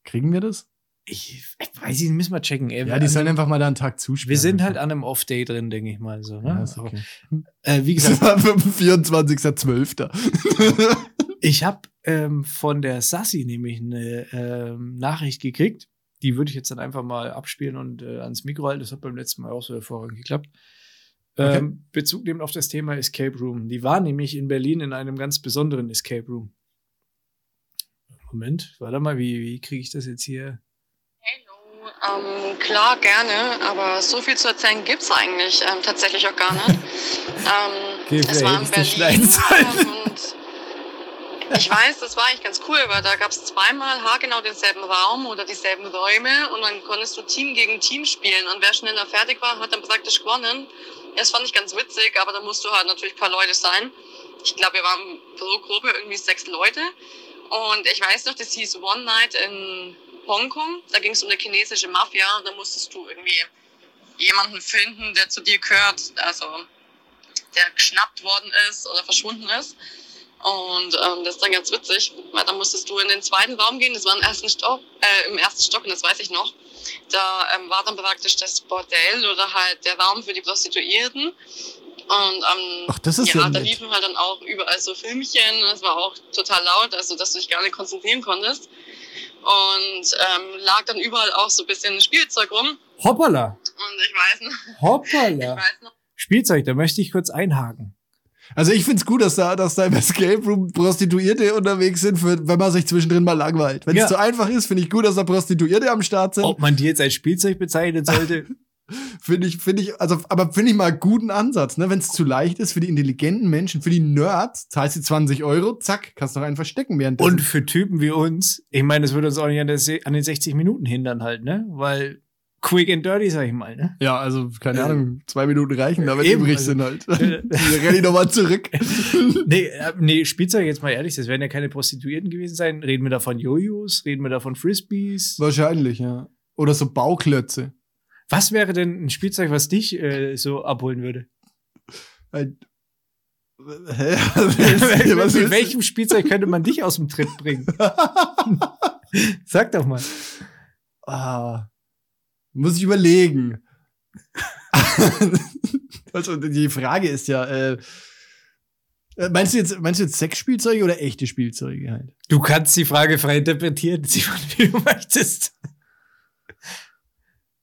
Speaker 2: Kriegen wir das?
Speaker 1: Ich, ich weiß nicht, müssen wir checken. Ey,
Speaker 2: Ja, die sollen einfach mal da einen Tag zuschauen.
Speaker 1: wir sind halt an einem Off-Day drin, denke ich mal so. Ne?
Speaker 2: Ja, ist (laughs) okay.
Speaker 1: äh, wie
Speaker 2: Das (laughs)
Speaker 1: gesagt,
Speaker 2: war 24.12.
Speaker 1: ich habe ähm, von der Sassi nämlich eine ähm, Nachricht gekriegt. Die würde ich jetzt dann einfach mal abspielen und äh, ans Mikro halten. Das hat beim letzten Mal auch so hervorragend geklappt. Ähm, Bezug nehmen auf das Thema Escape Room. Die war nämlich in Berlin in einem ganz besonderen Escape Room. Moment, warte mal, wie, wie kriege ich das jetzt hier?
Speaker 3: Hallo, ähm, klar, gerne, aber so viel zu erzählen gibt's eigentlich ähm, tatsächlich auch gar nicht.
Speaker 1: Okay,
Speaker 3: ähm, es
Speaker 1: wir
Speaker 3: war
Speaker 1: hätten
Speaker 3: in
Speaker 1: es nicht schneiden
Speaker 3: Berlin
Speaker 1: sollen.
Speaker 3: ähm, und ich weiß, das war eigentlich ganz cool, weil da gab's zweimal haargenau denselben Raum oder dieselben Räume und dann konntest du Team gegen Team spielen und wer schneller fertig war, hat dann praktisch gewonnen. Das fand ich ganz witzig, aber da musst du halt natürlich ein paar Leute sein. Ich glaube, wir waren pro Gruppe irgendwie sechs Leute. Und ich weiß noch, das hieß One Night in Hongkong. Da ging es um eine chinesische Mafia. Und da musstest du irgendwie jemanden finden, der zu dir gehört. Also der geschnappt worden ist oder verschwunden ist. Und ähm, das ist dann ganz witzig, weil da musstest du in den zweiten Raum gehen, das war im ersten Stock, äh, im ersten Stock, und das weiß ich noch. Da ähm, war dann praktisch das Bordell oder halt der Raum für die Prostituierten. Und ähm,
Speaker 2: Ach, das ist ja
Speaker 3: ja, da
Speaker 2: nett.
Speaker 3: liefen halt dann auch überall so Filmchen, und das war auch total laut, also dass du dich gar nicht konzentrieren konntest. Und ähm, lag dann überall auch so ein bisschen Spielzeug rum.
Speaker 1: Hoppala,
Speaker 3: Und ich weiß, noch- ich
Speaker 1: hoppala.
Speaker 3: weiß noch,
Speaker 1: Spielzeug, da möchte ich kurz einhaken.
Speaker 2: Also ich find's gut, dass da, dass da im Escape Room Prostituierte unterwegs sind, für, wenn man sich zwischendrin mal langweilt. Wenn es
Speaker 1: Ja. Oh.
Speaker 2: zu einfach ist, finde ich gut, dass da Prostituierte am Start sind.
Speaker 1: Ob man die jetzt als Spielzeug bezeichnen
Speaker 2: (laughs)
Speaker 1: sollte?
Speaker 2: Finde ich, finde ich, also, aber finde ich mal einen guten Ansatz, ne? Wenn es zu leicht ist für die intelligenten Menschen, für die Nerds, zahlst du 20 Euro, zack, kannst noch einen verstecken während
Speaker 1: Und für Typen wie uns, ich meine, das würde uns auch nicht an, der, Se- an den 60 Minuten hindern halt, ne? Weil quick and dirty, sag ich mal, ne?
Speaker 2: Ja, also, keine
Speaker 1: Äh,
Speaker 2: Ahnung, zwei Minuten reichen, da wenn
Speaker 1: eben,
Speaker 2: übrig
Speaker 1: also-
Speaker 2: sind (laughs) halt.
Speaker 1: Äh,
Speaker 2: (laughs) Wir rennen nochmal zurück. (laughs)
Speaker 1: nee, äh, nee, Spielzeug jetzt mal ehrlich, das werden ja keine Prostituierten gewesen sein. Reden wir da von Jojos, reden wir da von Frisbees.
Speaker 2: Wahrscheinlich, ja. Oder so Bauklötze.
Speaker 1: Was wäre denn ein Spielzeug, was dich äh, so abholen würde?
Speaker 2: Ein- Hä? (laughs) Was (laughs) willst du- was
Speaker 1: Mit
Speaker 2: willst du?
Speaker 1: welchem Spielzeug könnte man dich aus dem Tritt
Speaker 2: (laughs)
Speaker 1: bringen? Sag doch mal.
Speaker 2: Ah, muss ich überlegen. (laughs) also die Frage ist ja, äh, äh, meinst du jetzt, meinst du jetzt Sexspielzeuge oder echte Spielzeuge halt?
Speaker 1: Du kannst die Frage frei interpretieren, (laughs) Simon, wie du möchtest.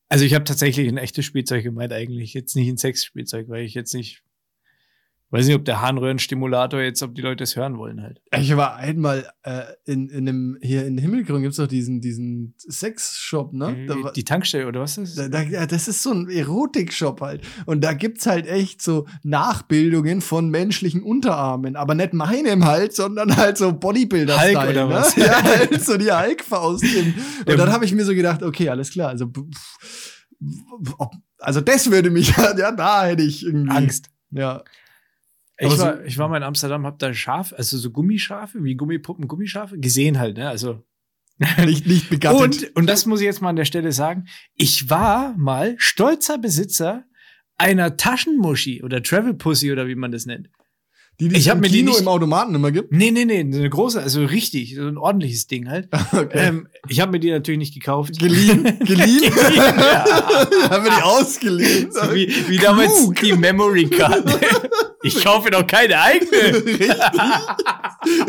Speaker 1: Also ich habe tatsächlich ein echtes Spielzeug gemeint eigentlich, jetzt nicht ein Sexspielzeug, weil ich jetzt nicht weiß nicht, ob der Harnröhrenstimulator jetzt, ob die Leute es hören wollen halt.
Speaker 2: Ich war einmal äh, in, in einem, hier in Himmelgrün gibt's doch diesen, diesen Sexshop, ne? Da war-
Speaker 1: die Tankstelle oder was ist?
Speaker 2: Da, da, ja, das ist so ein Erotikshop halt. Und da gibt's halt echt so Nachbildungen von menschlichen Unterarmen. Aber nicht meinem halt, sondern halt so bodybuilder
Speaker 1: Hulk oder
Speaker 2: ne?
Speaker 1: was?
Speaker 2: (laughs) Ja, halt so die Hulk-Faust. hin.
Speaker 1: Der-
Speaker 2: Und dann habe ich mir so gedacht, okay, alles klar. Also, pff, ob, also das würde mich, (laughs) ja, da hätte ich irgendwie.
Speaker 1: Angst.
Speaker 2: Ja.
Speaker 1: Ich
Speaker 2: Aber so-
Speaker 1: war, ich war mal in Amsterdam, hab da Schaf, also so Gummischafe, wie Gummipuppen, Gummischafe gesehen halt, ne? Also
Speaker 2: Nicht, nicht begattet.
Speaker 1: Und, und das muss ich jetzt mal an der Stelle sagen, ich war mal stolzer Besitzer einer Taschenmuschi oder Travel Pussy oder wie man das nennt.
Speaker 2: die, die
Speaker 1: ich hab
Speaker 2: im
Speaker 1: mir die
Speaker 2: Kino
Speaker 1: nicht-
Speaker 2: im Automaten immer gibt. (laughs)
Speaker 1: Nee, nee, nee, so eine große, also richtig, so ein ordentliches Ding halt.
Speaker 2: Okay.
Speaker 1: Ähm, ich habe mir die natürlich nicht gekauft. (laughs)
Speaker 2: Geliehen. Geliehen. (laughs)
Speaker 1: ja.
Speaker 2: Haben wir die ausgeliehen.
Speaker 1: So wie, wie damals die Memory Card. Ich kaufe doch keine eigene.
Speaker 2: Richtig,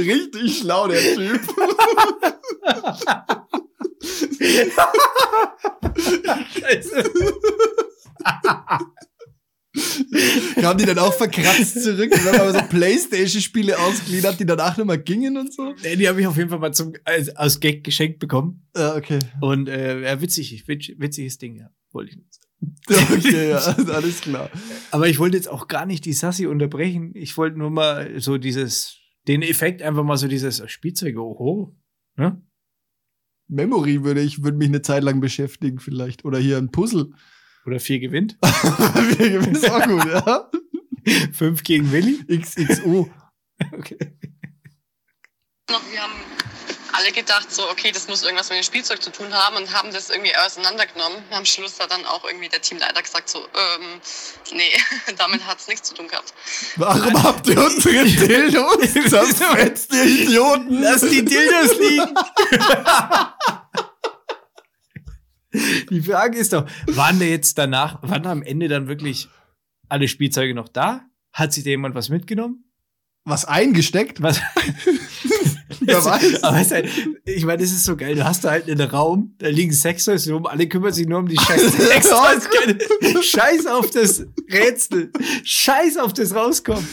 Speaker 2: richtig schlau, der Typ. Kamen die dann auch verkratzt zurück und dann haben wir so Playstation-Spiele ausgliedert, die danach nicht mehr gingen und so.
Speaker 1: Nee, Die habe ich auf jeden Fall mal zum, als, aus Gag geschenkt bekommen.
Speaker 2: Ja, okay.
Speaker 1: Und äh, ja, witzig, witz, witziges Ding, ja. Wollte ich
Speaker 2: Okay, ja, (laughs) alles klar.
Speaker 1: Aber ich wollte jetzt auch gar nicht die Sassi unterbrechen. Ich wollte nur mal so dieses, den Effekt einfach mal so dieses äh, Spielzeug, oho. Ne?
Speaker 2: Memory würde ich, würde mich eine Zeit lang beschäftigen vielleicht. Oder hier ein Puzzle. (laughs)
Speaker 1: Oder vier gewinnt. (laughs)
Speaker 2: ist auch gut, ja.
Speaker 1: Fünf gegen Willi.
Speaker 2: XXO.
Speaker 1: Okay.
Speaker 3: Noch, wir haben alle gedacht, so, okay, das muss irgendwas mit dem Spielzeug zu tun haben und haben das irgendwie auseinandergenommen. Am Schluss hat dann auch irgendwie der Teamleiter gesagt, so, ähm, nee, (laughs) damit hat es nichts zu tun gehabt.
Speaker 2: Warum habt ihr unsere Dildos zerfetzt, ihr Idioten?
Speaker 1: Lass die Dildos liegen. (laughs) die Frage ist doch, waren da jetzt danach, waren da am Ende dann wirklich alle Spielzeuge noch da? Hat sich da jemand was mitgenommen?
Speaker 2: Was eingesteckt? (laughs)
Speaker 1: Was?
Speaker 2: Wer weiß.
Speaker 1: Aber es ist halt, ich meine, das ist so geil. Du hast da halt einen Raum, da liegen Sextoys rum, alle kümmern sich nur um die
Speaker 2: (laughs)
Speaker 1: scheiß Sextoys. Keine- Scheiß auf das Rätsel. Scheiß auf das Rauskommen.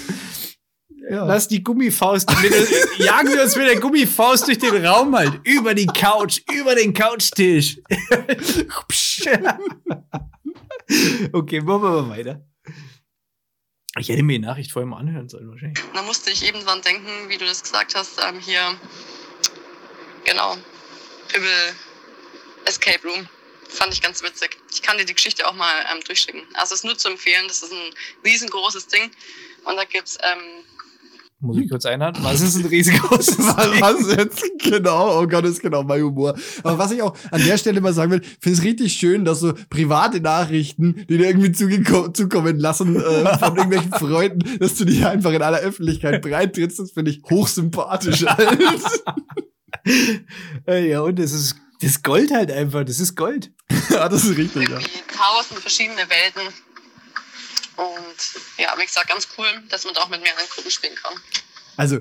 Speaker 2: Ja.
Speaker 1: Lass die Gummifaust, mit der, jagen wir uns mit der Gummifaust durch den Raum halt. Über die Couch, über den Couchtisch. (laughs) okay, machen wir mal weiter. Ich hätte mir die Nachricht vorher mal anhören sollen, wahrscheinlich.
Speaker 3: Und da musste ich eben dran denken, wie du das gesagt hast, ähm, hier, genau, Übel Escape Room. Fand ich ganz witzig. Ich kann dir die Geschichte auch mal ähm, durchschicken. Also es ist nur zu empfehlen, das ist ein riesengroßes Ding. Und da gibt's ähm,
Speaker 1: Muss
Speaker 2: Hm.
Speaker 1: ich kurz einhalten? Was ist ein
Speaker 2: (laughs)
Speaker 1: riesengroßes
Speaker 2: Was,
Speaker 1: Ding?
Speaker 2: was jetzt? Genau, oh Gott, das ist genau mein Humor. Aber was ich auch an der Stelle mal sagen will, finde es richtig schön, dass so private Nachrichten, die dir irgendwie zugeko- zukommen lassen äh, von irgendwelchen Freunden, dass du die einfach in aller Öffentlichkeit breit trittst, das finde ich hochsympathisch. Alter.
Speaker 1: Äh, ja, und das ist das Gold halt einfach. Das ist Gold.
Speaker 2: ja, das ist richtig, ja.
Speaker 3: irgendwie tausend verschiedene Welten. Und ja, wie gesagt, ganz cool, dass man da auch mit mehreren Gruppen spielen kann.
Speaker 2: Also,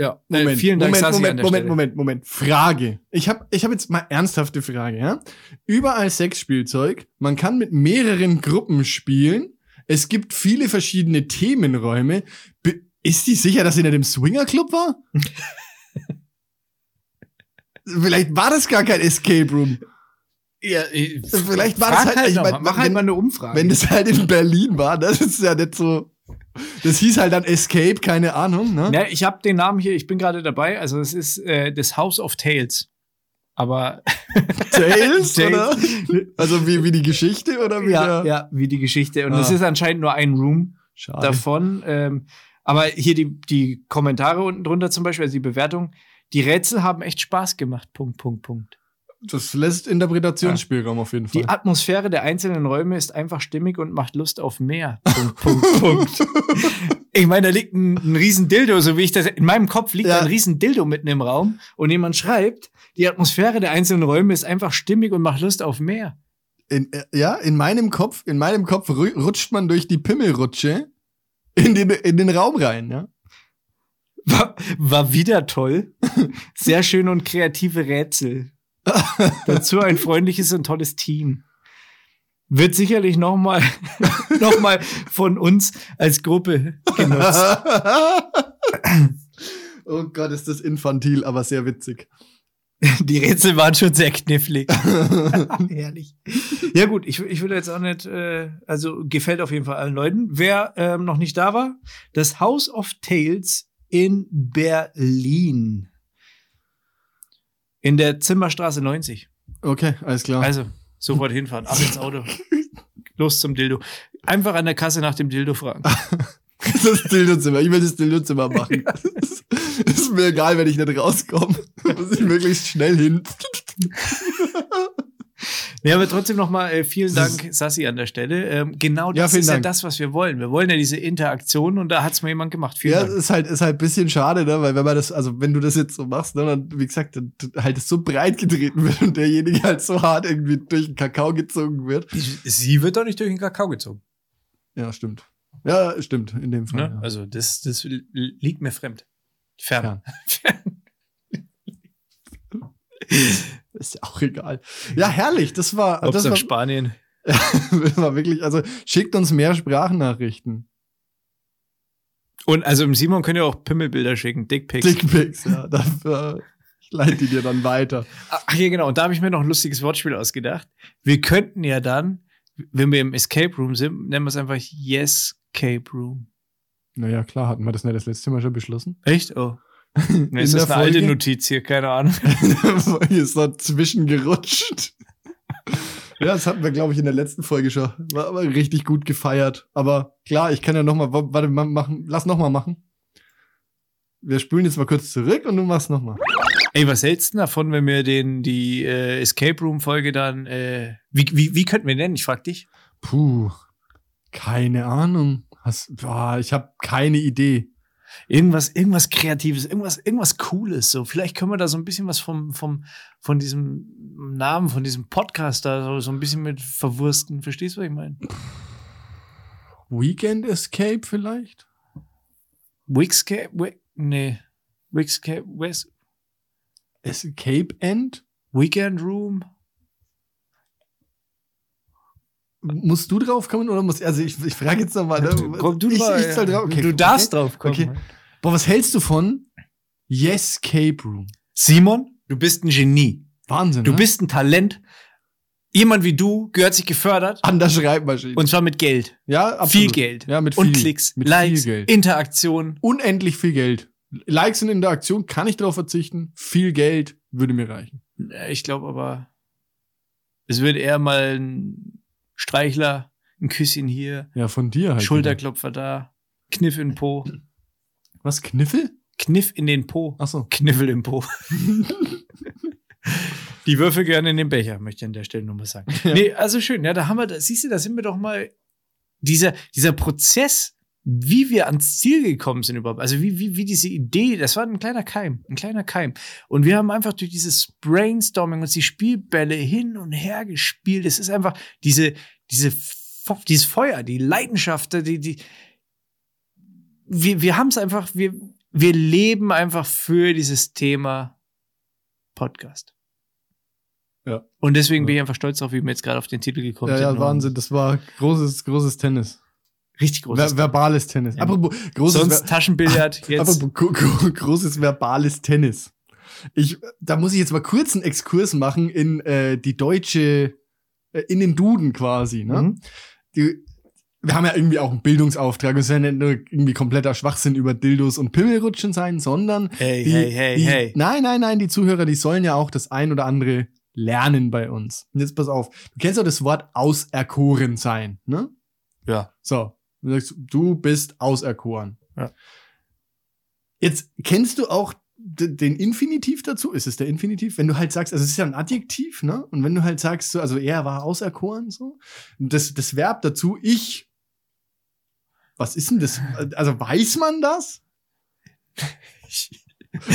Speaker 1: Ja,
Speaker 2: Moment,
Speaker 1: Äh, vielen Dank,
Speaker 2: Moment,
Speaker 1: Sassi, an
Speaker 2: Moment,
Speaker 1: der
Speaker 2: Moment,
Speaker 1: Stelle.
Speaker 2: Moment, Moment. Frage. Ich habe ich hab jetzt mal ernsthafte Frage, ja? Überall Sexspielzeug, man kann mit mehreren Gruppen spielen. Es gibt viele verschiedene Themenräume. Be ist die sicher, dass sie in dem Swingerclub war? (laughs) Vielleicht war das gar kein Escape Room.
Speaker 1: Ja,
Speaker 2: Vielleicht war das halt- ich mein,
Speaker 1: mach halt
Speaker 2: wenn-
Speaker 1: mal eine Umfrage.
Speaker 2: Wenn das halt in Berlin war, das ist ja nicht so. Das hieß halt dann Escape, keine Ahnung, ne?
Speaker 1: (laughs) Ne, ich habe den Namen hier, ich bin gerade dabei. Also es ist äh, das House of Tales. Aber
Speaker 2: Tales, oder?
Speaker 1: (laughs) Tales.
Speaker 2: Also wie, wie die Geschichte oder wie
Speaker 1: ja,
Speaker 2: der-
Speaker 1: ja, wie die Geschichte. Und
Speaker 2: Ah.
Speaker 1: es ist anscheinend nur ein Room
Speaker 2: Schade.
Speaker 1: davon. Ähm, aber hier die, die Kommentare unten drunter zum Beispiel, also die Bewertung. Die Rätsel haben echt Spaß gemacht. Punkt, Punkt, Punkt.
Speaker 2: Das lässt Interpretationsspielraum auf jeden Fall.
Speaker 1: Die Atmosphäre der einzelnen Räume ist einfach stimmig und macht Lust auf mehr. Punkt, Punkt, (laughs) Punkt. Ich meine, da liegt ein, ein riesen Dildo, so wie ich das, in meinem Kopf liegt
Speaker 2: Ja.
Speaker 1: ein riesen Dildo mitten im Raum und jemand schreibt, die Atmosphäre der einzelnen Räume ist einfach stimmig und macht Lust auf mehr.
Speaker 2: in, äh, ja, in meinem Kopf, in meinem Kopf ru- rutscht man durch die Pimmelrutsche in den, in den Raum rein, ja.
Speaker 1: War, war wieder toll. Sehr schön und kreative Rätsel. Dazu ein freundliches und tolles Team. Wird sicherlich nochmal (laughs) noch mal von uns als Gruppe genutzt.
Speaker 2: (laughs) oh Gott, ist das infantil, aber sehr witzig.
Speaker 1: Die Rätsel waren schon sehr (laughs) knifflig. Herrlich. Ja gut, ich, ich will jetzt auch nicht, äh, also gefällt auf jeden Fall allen Leuten. Wer ähm, noch nicht da war, das House of Tales in Berlin. In der Zimmerstraße 90.
Speaker 2: Okay, alles klar.
Speaker 1: Also, sofort hinfahren, ab ins Auto. Los zum Dildo. Einfach an der Kasse nach dem Dildo
Speaker 2: (laughs)
Speaker 1: fragen.
Speaker 2: (laughs) Das Dildozimmer. Ich will das Dildozimmer machen. (laughs) Ist mir egal, wenn ich nicht rauskomme. Muss ich möglichst schnell hin.
Speaker 1: Ja, aber trotzdem nochmal äh, vielen
Speaker 2: Das
Speaker 1: Dank, Sassi, an der Stelle. Ähm, genau
Speaker 2: Ja,
Speaker 1: das
Speaker 2: vielen
Speaker 1: ist ja
Speaker 2: Dank.
Speaker 1: das, was wir wollen. Wir wollen ja diese Interaktion und da hat es mal jemand gemacht. Vielen
Speaker 2: ja,
Speaker 1: Dank.
Speaker 2: ist halt, ist halt ein bisschen schade, ne? Weil wenn man das, also wenn du das jetzt so machst, ne, dann, wie gesagt, dann halt es so breit getreten (laughs) wird und derjenige halt so hart irgendwie durch den Kakao gezogen wird.
Speaker 1: Sie wird doch nicht durch den Kakao gezogen.
Speaker 2: Ja, stimmt. Ja, stimmt, in dem Fall.
Speaker 1: Ne?
Speaker 2: Ja.
Speaker 1: Also das, das li- liegt mir fremd. Fern.
Speaker 2: Ist ja (laughs) auch egal. Ja, herrlich. Das war,
Speaker 1: Ob
Speaker 2: Also das
Speaker 1: es
Speaker 2: war,
Speaker 1: in Spanien.
Speaker 2: (laughs) das war wirklich, also schickt uns mehr Sprachnachrichten.
Speaker 1: Und also im Simon könnt ihr auch Pimmelbilder schicken, Dickpics.
Speaker 2: Dickpics, ja. (laughs) Dafür, ich leite die dir dann weiter.
Speaker 1: Ach ja, genau. Und da habe ich mir noch ein lustiges Wortspiel ausgedacht. Wir könnten ja dann, wenn wir im Escape Room sind, nennen wir es einfach Yes Escape Room.
Speaker 2: Naja, klar, hatten wir das nicht das letzte Mal schon beschlossen?
Speaker 1: Echt? Oh. Nee,
Speaker 2: In
Speaker 1: ist das
Speaker 2: der
Speaker 1: eine alte
Speaker 2: Folge?
Speaker 1: Notiz hier? Keine Ahnung.
Speaker 2: (laughs) Hier ist da zwischengerutscht. ja, das hatten wir, glaube ich, in der letzten Folge schon. War aber richtig gut gefeiert. Aber klar, ich kann ja noch mal, wa- warte, ma- machen, lass noch mal machen. Wir spülen jetzt mal kurz zurück und du machst noch mal.
Speaker 1: Ey, was hältst du denn davon, wenn wir den, die äh, Escape Room Folge dann, äh, wie, wie, wie könnten wir nennen? Ich frag dich.
Speaker 2: Puh, keine Ahnung. Hast, boah, ich habe keine Idee.
Speaker 1: Irgendwas, irgendwas Kreatives, irgendwas, irgendwas Cooles. So, vielleicht können wir da so ein bisschen was vom, vom, von diesem Namen, von diesem Podcast da so, so ein bisschen mit verwursten. Verstehst du, was ich meine?
Speaker 2: Weekend Escape vielleicht?
Speaker 1: Wigscape, Wi nee. Wigscape, West,
Speaker 2: Escape End?
Speaker 1: Weekend Room.
Speaker 2: Musst du drauf kommen oder muss also ich, ich frage jetzt nochmal. Ne? ich, ich soll drauf. Okay,
Speaker 1: du darfst
Speaker 2: okay.
Speaker 1: drauf kommen.
Speaker 2: Okay. Boah, was hältst du von Yescape Room?
Speaker 1: Simon, du bist ein Genie.
Speaker 2: Wahnsinn.
Speaker 1: Du
Speaker 2: ne?
Speaker 1: bist ein Talent. Jemand wie du gehört sich gefördert.
Speaker 2: an der Schreibmaschine.
Speaker 1: Und zwar mit Geld.
Speaker 2: ja, absolut.
Speaker 1: Viel Geld.
Speaker 2: Ja, mit viel,
Speaker 1: Und Klicks,
Speaker 2: mit
Speaker 1: Likes,
Speaker 2: viel Geld.
Speaker 1: Interaktion.
Speaker 2: Unendlich viel Geld. Likes und Interaktion kann ich darauf verzichten. Viel Geld würde mir reichen.
Speaker 1: Äh, Ich glaube aber, es wird eher mal ein Streichler, ein Küsschen hier,
Speaker 2: Ja, von dir halt.
Speaker 1: Schulterklopfer da, Kniff in den Po.
Speaker 2: Was Kniffel?
Speaker 1: Kniff in den Po.
Speaker 2: Ach so.
Speaker 1: Kniffel im Po. Die Würfel gehören in den Becher, möchte ich an der Stelle nur mal sagen.
Speaker 2: Ja.
Speaker 1: Nee, also schön, ja, da haben wir, das. siehst du, da sind wir doch mal, dieser, dieser Prozess, wie wir ans Ziel gekommen sind überhaupt, also wie, wie, wie diese Idee, das war ein kleiner Keim, ein kleiner Keim. Und wir haben einfach durch dieses Brainstorming uns die Spielbälle hin und her gespielt. Es ist einfach diese, diese, F- dieses Feuer, die Leidenschaft, die, die, wir, wir haben es einfach, wir, wir leben einfach für dieses Thema Podcast.
Speaker 2: Ja.
Speaker 1: Und deswegen
Speaker 2: Ja.
Speaker 1: bin ich einfach stolz darauf, wie wir jetzt gerade auf den Titel gekommen
Speaker 2: Ja,
Speaker 1: sind.
Speaker 2: ja, Wahnsinn. Das war großes, großes Tennis.
Speaker 1: Richtig großes.
Speaker 2: Ver verbales Tennis.
Speaker 1: Ja.
Speaker 2: Apropos, großes,
Speaker 1: Sonst
Speaker 2: (laughs)
Speaker 1: Taschenbillard. Jetzt.
Speaker 2: Apropos gro- gro- (laughs) großes verbales Tennis. Ich, da muss ich jetzt mal kurz einen Exkurs machen in äh, die deutsche, äh, in den Duden quasi. Ne?
Speaker 1: Mhm.
Speaker 2: Die, wir haben ja irgendwie auch einen Bildungsauftrag. Es soll ja nicht nur irgendwie kompletter Schwachsinn über Dildos und Pimmelrutschen sein, sondern
Speaker 1: Hey,
Speaker 2: die,
Speaker 1: hey, hey,
Speaker 2: die,
Speaker 1: hey.
Speaker 2: Nein, nein, nein, die Zuhörer, die sollen ja auch das ein oder andere lernen bei uns. Und jetzt pass auf, du kennst doch das Wort auserkoren sein, ne?
Speaker 1: Ja.
Speaker 2: So, du sagst, du bist auserkoren.
Speaker 1: Ja.
Speaker 2: Jetzt kennst du auch d- den Infinitiv dazu? Ist es der Infinitiv? Wenn du halt sagst, also es ist ja ein Adjektiv, ne? Und wenn du halt sagst, so, also er war auserkoren, so, das, das Verb dazu, ich. Was ist denn das? Also weiß man das?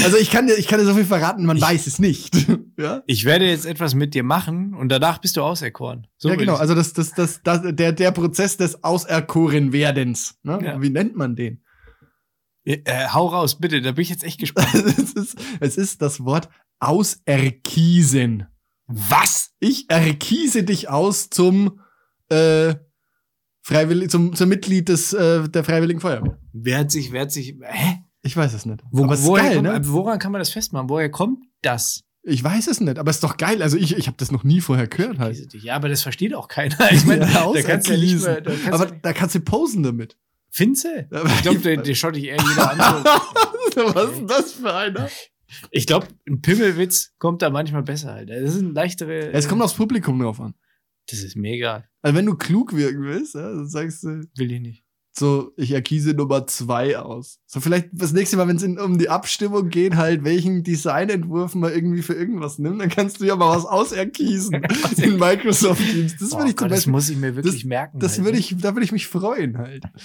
Speaker 2: Also ich kann dir, ich kann dir so viel verraten, man
Speaker 1: Ich-
Speaker 2: weiß es nicht.
Speaker 1: (laughs)
Speaker 2: ja?
Speaker 1: Ich werde jetzt etwas mit dir machen und danach bist du auserkoren. So
Speaker 2: ja,
Speaker 1: will
Speaker 2: genau.
Speaker 1: ich's.
Speaker 2: Also das, das, das, das, der, der Prozess des Auserkorenwerdens. Ne?
Speaker 1: Ja.
Speaker 2: Wie nennt man den? also-
Speaker 1: Äh, äh, hau raus, bitte. Da bin ich jetzt echt gespannt.
Speaker 2: (laughs) es, ist, es ist das Wort auserkiesen.
Speaker 1: Was?
Speaker 2: Ich erkiese dich aus zum äh, Freiwillig, zum, zum Mitglied des, äh, der Freiwilligen Feuerwehr.
Speaker 1: Wer hat sich, wer hat sich, hä?
Speaker 2: Ich weiß es nicht.
Speaker 1: Wo,
Speaker 2: aber es ist
Speaker 1: woher
Speaker 2: geil,
Speaker 1: kommt, äh,
Speaker 2: ne?
Speaker 1: Woran kann man das festmachen? Woher kommt das?
Speaker 2: Ich weiß es nicht, aber es ist doch geil. Also ich, ich habe das noch nie vorher gehört halt.
Speaker 1: Diese- Ja, aber das versteht auch keiner. (laughs) Ich meine,
Speaker 2: Ja,
Speaker 1: da kannst du nicht mehr, da
Speaker 2: auserkiesen.
Speaker 1: kannst
Speaker 2: aber
Speaker 1: du,
Speaker 2: da kannst du posen damit.
Speaker 1: Finze? Ich
Speaker 2: (laughs)
Speaker 1: glaube, der, der schaut dich eher jeder an. so.
Speaker 2: Was ist denn das für einer?
Speaker 1: Ich glaube, ein Pimmelwitz kommt da manchmal besser halt. Das ist ein leichtere.
Speaker 2: Es kommt aufs Publikum drauf an.
Speaker 1: Das ist mega.
Speaker 2: Also wenn du klug wirken willst, ja, dann sagst du,
Speaker 1: Will ich nicht.
Speaker 2: so, ich erkiese Nummer zwei aus. So, vielleicht das nächste Mal, wenn es um die Abstimmung geht, halt, welchen Designentwurf man irgendwie für irgendwas nimmt, dann kannst du ja mal
Speaker 1: (laughs)
Speaker 2: was auserkiesen in Microsoft Teams. Das
Speaker 1: Oh
Speaker 2: würde ich zum
Speaker 1: Gott, das
Speaker 2: Beispiel,
Speaker 1: muss ich mir wirklich merken.
Speaker 2: das
Speaker 1: halt.
Speaker 2: würde ich, da würde ich mich freuen halt. (laughs)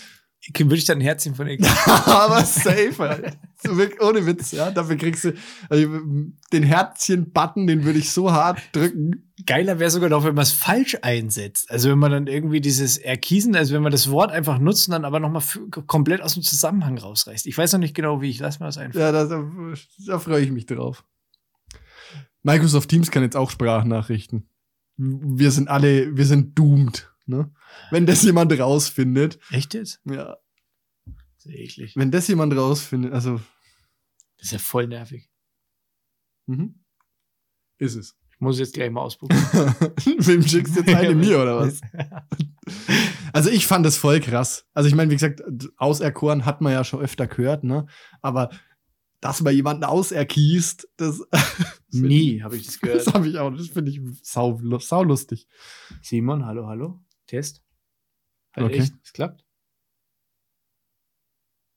Speaker 1: Würde ich dann ein Herzchen von dir kriegen?
Speaker 2: Aber safe halt. So, wirklich, ohne Witz, ja. Dafür kriegst du, also, den Herzchen-Button, den würde ich so hart (laughs) drücken.
Speaker 1: Geiler wäre sogar noch, wenn man es falsch einsetzt. Also wenn man dann irgendwie dieses Erkiesen, also wenn man das Wort einfach nutzt und dann aber nochmal komplett aus dem Zusammenhang rausreißt. Ich weiß noch nicht genau, wie ich. Lass mir das einfach.
Speaker 2: Ja, das, da freue ich mich drauf. Microsoft Teams kann jetzt auch Sprachnachrichten. Wir sind alle, wir sind doomed, ne? Wenn das jemand rausfindet,
Speaker 1: Echt jetzt?
Speaker 2: ja,
Speaker 1: Das ist ja eklig.
Speaker 2: wenn das jemand rausfindet, also,
Speaker 1: Das ist ja voll nervig.
Speaker 2: mhm. ist es. (laughs)
Speaker 1: Ich muss jetzt gleich mal ausprobieren.
Speaker 2: Wem schickst du jetzt eine mir oder was? Also ich fand das voll krass. Also ich meine, wie gesagt, auserkoren hat man ja schon öfter gehört, ne? Aber dass man jemanden auserkiest, (laughs) das,
Speaker 1: Nie habe ich das
Speaker 2: (laughs) das
Speaker 1: gehört.
Speaker 2: habe ich auch, das finde ich sau, saulustig.
Speaker 1: Simon, hallo, hallo. Test. Halt
Speaker 2: Okay.
Speaker 1: echt. Es klappt.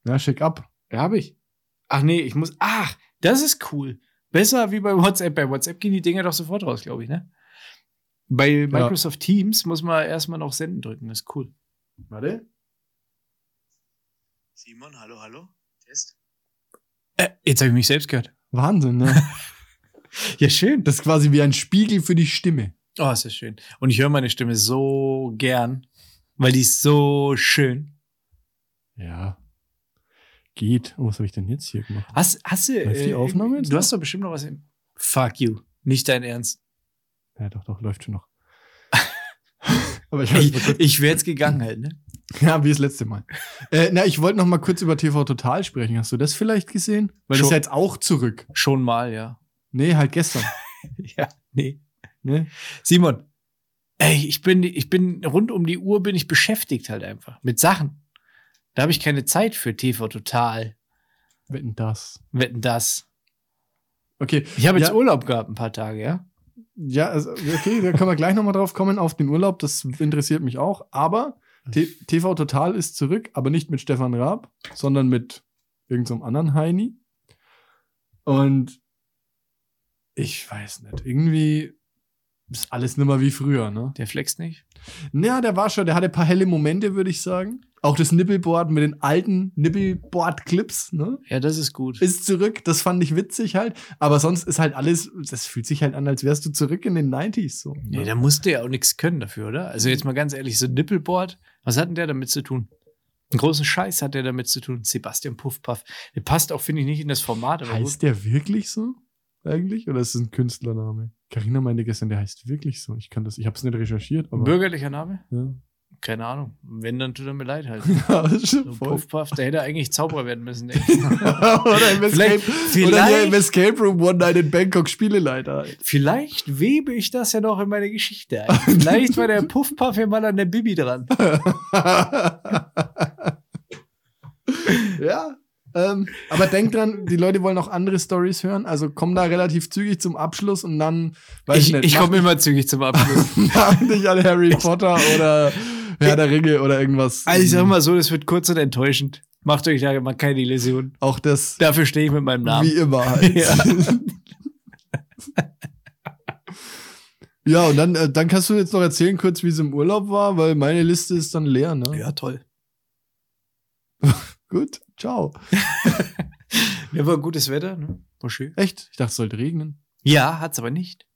Speaker 2: Ja, schick ab.
Speaker 1: Ja, habe ich. Ach nee, ich muss. Ach, das ist cool. Besser wie bei WhatsApp. Bei WhatsApp gehen die Dinger doch sofort raus, glaube ich, ne? Bei Microsoft Teams muss man erstmal noch Senden drücken. Das ist cool.
Speaker 2: Warte.
Speaker 4: Simon, hallo, hallo. Test.
Speaker 1: Äh, jetzt habe ich mich selbst gehört.
Speaker 2: Wahnsinn, (laughs) ne?
Speaker 1: Ja, schön.
Speaker 2: Das ist quasi wie ein Spiegel für die Stimme.
Speaker 1: Oh, ist das schön. Und ich höre meine Stimme so gern, weil die ist so schön.
Speaker 2: Ja. Geht. Oh, was habe ich denn jetzt hier gemacht?
Speaker 1: Hast, hast du. äh,
Speaker 2: Läuft die Aufnahme jetzt
Speaker 1: Du
Speaker 2: noch?
Speaker 1: hast doch bestimmt noch was im. Fuck you. Nicht dein Ernst.
Speaker 2: Ja, doch, doch, läuft (laughs) schon noch. Aber ich,
Speaker 1: Ich, ich wäre jetzt gegangen halt, ne?
Speaker 2: Ja, wie das letzte Mal. äh, na, ich wollte noch mal kurz über TV Total sprechen. Hast du das vielleicht gesehen? Weil das
Speaker 1: Schon.
Speaker 2: ist ja jetzt auch zurück.
Speaker 1: Schon mal, ja.
Speaker 2: Nee, halt gestern.
Speaker 1: (laughs) Ja, nee.
Speaker 2: Nee?
Speaker 1: Simon, ey, ich bin, ich bin rund um die Uhr bin ich beschäftigt halt einfach mit Sachen. Da habe ich keine Zeit für TV Total.
Speaker 2: Wetten das.
Speaker 1: Wetten das.
Speaker 2: Okay,
Speaker 1: Ich habe jetzt
Speaker 2: Ja.
Speaker 1: Urlaub gehabt ein paar Tage, ja.
Speaker 2: ja, also, okay, da können wir gleich noch mal drauf kommen auf den Urlaub. Das interessiert mich auch. Aber T TV Total ist zurück, aber nicht mit Stefan Raab, sondern mit irgendeinem so einem anderen Heini. Und ich weiß nicht, irgendwie ist alles nimmer wie früher, ne?
Speaker 1: Der flext nicht.
Speaker 2: Ja, der war schon, der hatte ein paar helle Momente, würde ich sagen. Auch das Nippelboard mit den alten Nippelboard-Clips, ne?
Speaker 1: Ja, das ist gut.
Speaker 2: Ist zurück, das fand ich witzig halt. Aber sonst ist halt alles, das fühlt sich halt an, als wärst du zurück in den 90s so.
Speaker 1: Nee,
Speaker 2: Ne?
Speaker 1: da musste ja auch nichts können dafür, oder? Also jetzt mal ganz ehrlich, so ein Nippelboard, was hat denn der damit zu tun? Einen großen Scheiß hat der damit zu tun. Sebastian Puffpaff. Der passt auch, finde ich, nicht in das Format. Aber
Speaker 2: heißt
Speaker 1: gut.
Speaker 2: der wirklich so? Eigentlich? Oder ist es ein Künstlername? Carina meinte gestern, der heißt wirklich so. Ich kann das, ich hab's nicht recherchiert, aber.
Speaker 1: (laughs) Bürgerlicher Name?
Speaker 2: ja.
Speaker 1: keine Ahnung. Wenn, dann tut er mir leid halt.
Speaker 2: Ja, das ist
Speaker 1: So
Speaker 2: schon voll.
Speaker 1: Puff, puff, der hätte eigentlich Zauberer werden müssen. (laughs) ey.
Speaker 2: oder im Escape,
Speaker 1: vielleicht,
Speaker 2: oder hier im
Speaker 1: vielleicht,
Speaker 2: Escape Room One Night in Bangkok Spieleleiter. (laughs)
Speaker 1: vielleicht webe ich das ja noch in meine Geschichte ein. Vielleicht (laughs) war der Puff, puff ja mal an der Bibi dran.
Speaker 2: ja. Ähm, aber denk dran, die Leute wollen auch andere Stories hören, also komm da relativ zügig zum Abschluss und dann, weiß ich,
Speaker 1: Ich,
Speaker 2: nicht,
Speaker 1: ich
Speaker 2: mach-
Speaker 1: komme immer zügig zum Abschluss.
Speaker 2: (laughs) mach dich an Harry Potter oder Herr der Ringe oder irgendwas.
Speaker 1: (laughs) Also ich sag mal so, das wird kurz und enttäschend. Macht euch da mal keine Illusion.
Speaker 2: Auch das,
Speaker 1: Dafür stehe ich mit meinem Namen. (laughs)
Speaker 2: wie immer halt.
Speaker 1: Ja.
Speaker 2: (laughs) Ja, und dann, äh, dann kannst du jetzt noch erzählen kurz, wie es im Urlaub war, weil meine Liste ist dann leer, ne?
Speaker 1: Ja, toll.
Speaker 2: Gut, ciao.
Speaker 1: Ja, war gutes Wetter, ne? War schön.
Speaker 2: Echt? Ich dachte, es sollte regnen.
Speaker 1: Ja, hat's aber nicht.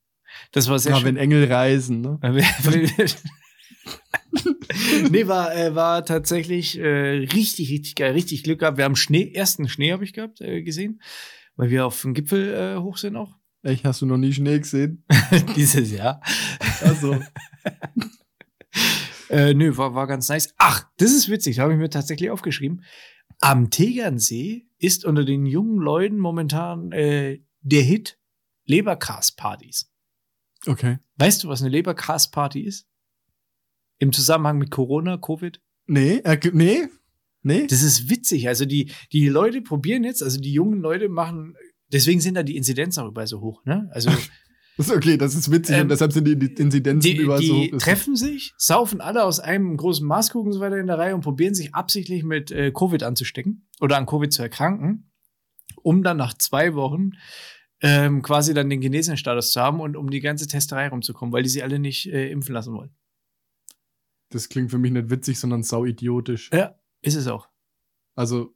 Speaker 1: Das war sehr
Speaker 2: Ja,
Speaker 1: schön.
Speaker 2: wenn Engel reisen, ne?
Speaker 1: (laughs) nee, war, äh, war tatsächlich äh, richtig, richtig geil, richtig Glück gehabt. Wir haben Schnee, ersten Schnee habe ich gehabt, äh, gesehen, weil wir auf dem Gipfel äh, hoch sind auch.
Speaker 2: Echt, hast du noch nie Schnee gesehen?
Speaker 1: (laughs) Dieses Jahr. (laughs)
Speaker 2: Also,
Speaker 1: Äh, nö, war, war ganz nice. Ach, das ist witzig, da habe ich mir tatsächlich aufgeschrieben. Am Tegernsee ist unter den jungen Leuten momentan äh, der Hit Leberkas-Partys.
Speaker 2: okay.
Speaker 1: Weißt du, was eine Leberkas-Party ist? Im Zusammenhang mit Corona, Covid?
Speaker 2: Nee, äh, nee, nee.
Speaker 1: Das ist witzig. Also die, die Leute probieren jetzt, also die jungen Leute machen, deswegen sind da die Inzidenzen auch überall so hoch. Ne?
Speaker 2: (laughs)
Speaker 1: Also
Speaker 2: Das ist okay, das ist witzig
Speaker 1: Ähm,
Speaker 2: und deshalb sind die Inzidenzen
Speaker 1: die,
Speaker 2: überall so.
Speaker 1: die
Speaker 2: hoch.
Speaker 1: treffen sich, saufen alle aus einem großen Maßkrug und so weiter in der Reihe und probieren sich absichtlich mit äh, Covid anzustecken oder an Covid zu erkranken, um dann nach zwei Wochen ähm, quasi dann den Genesenenstatus zu haben und um die ganze Testerei rumzukommen, weil die sie alle nicht äh, impfen lassen wollen.
Speaker 2: das klingt für mich nicht witzig, sondern sauidiotisch.
Speaker 1: Ist es auch.
Speaker 2: Also,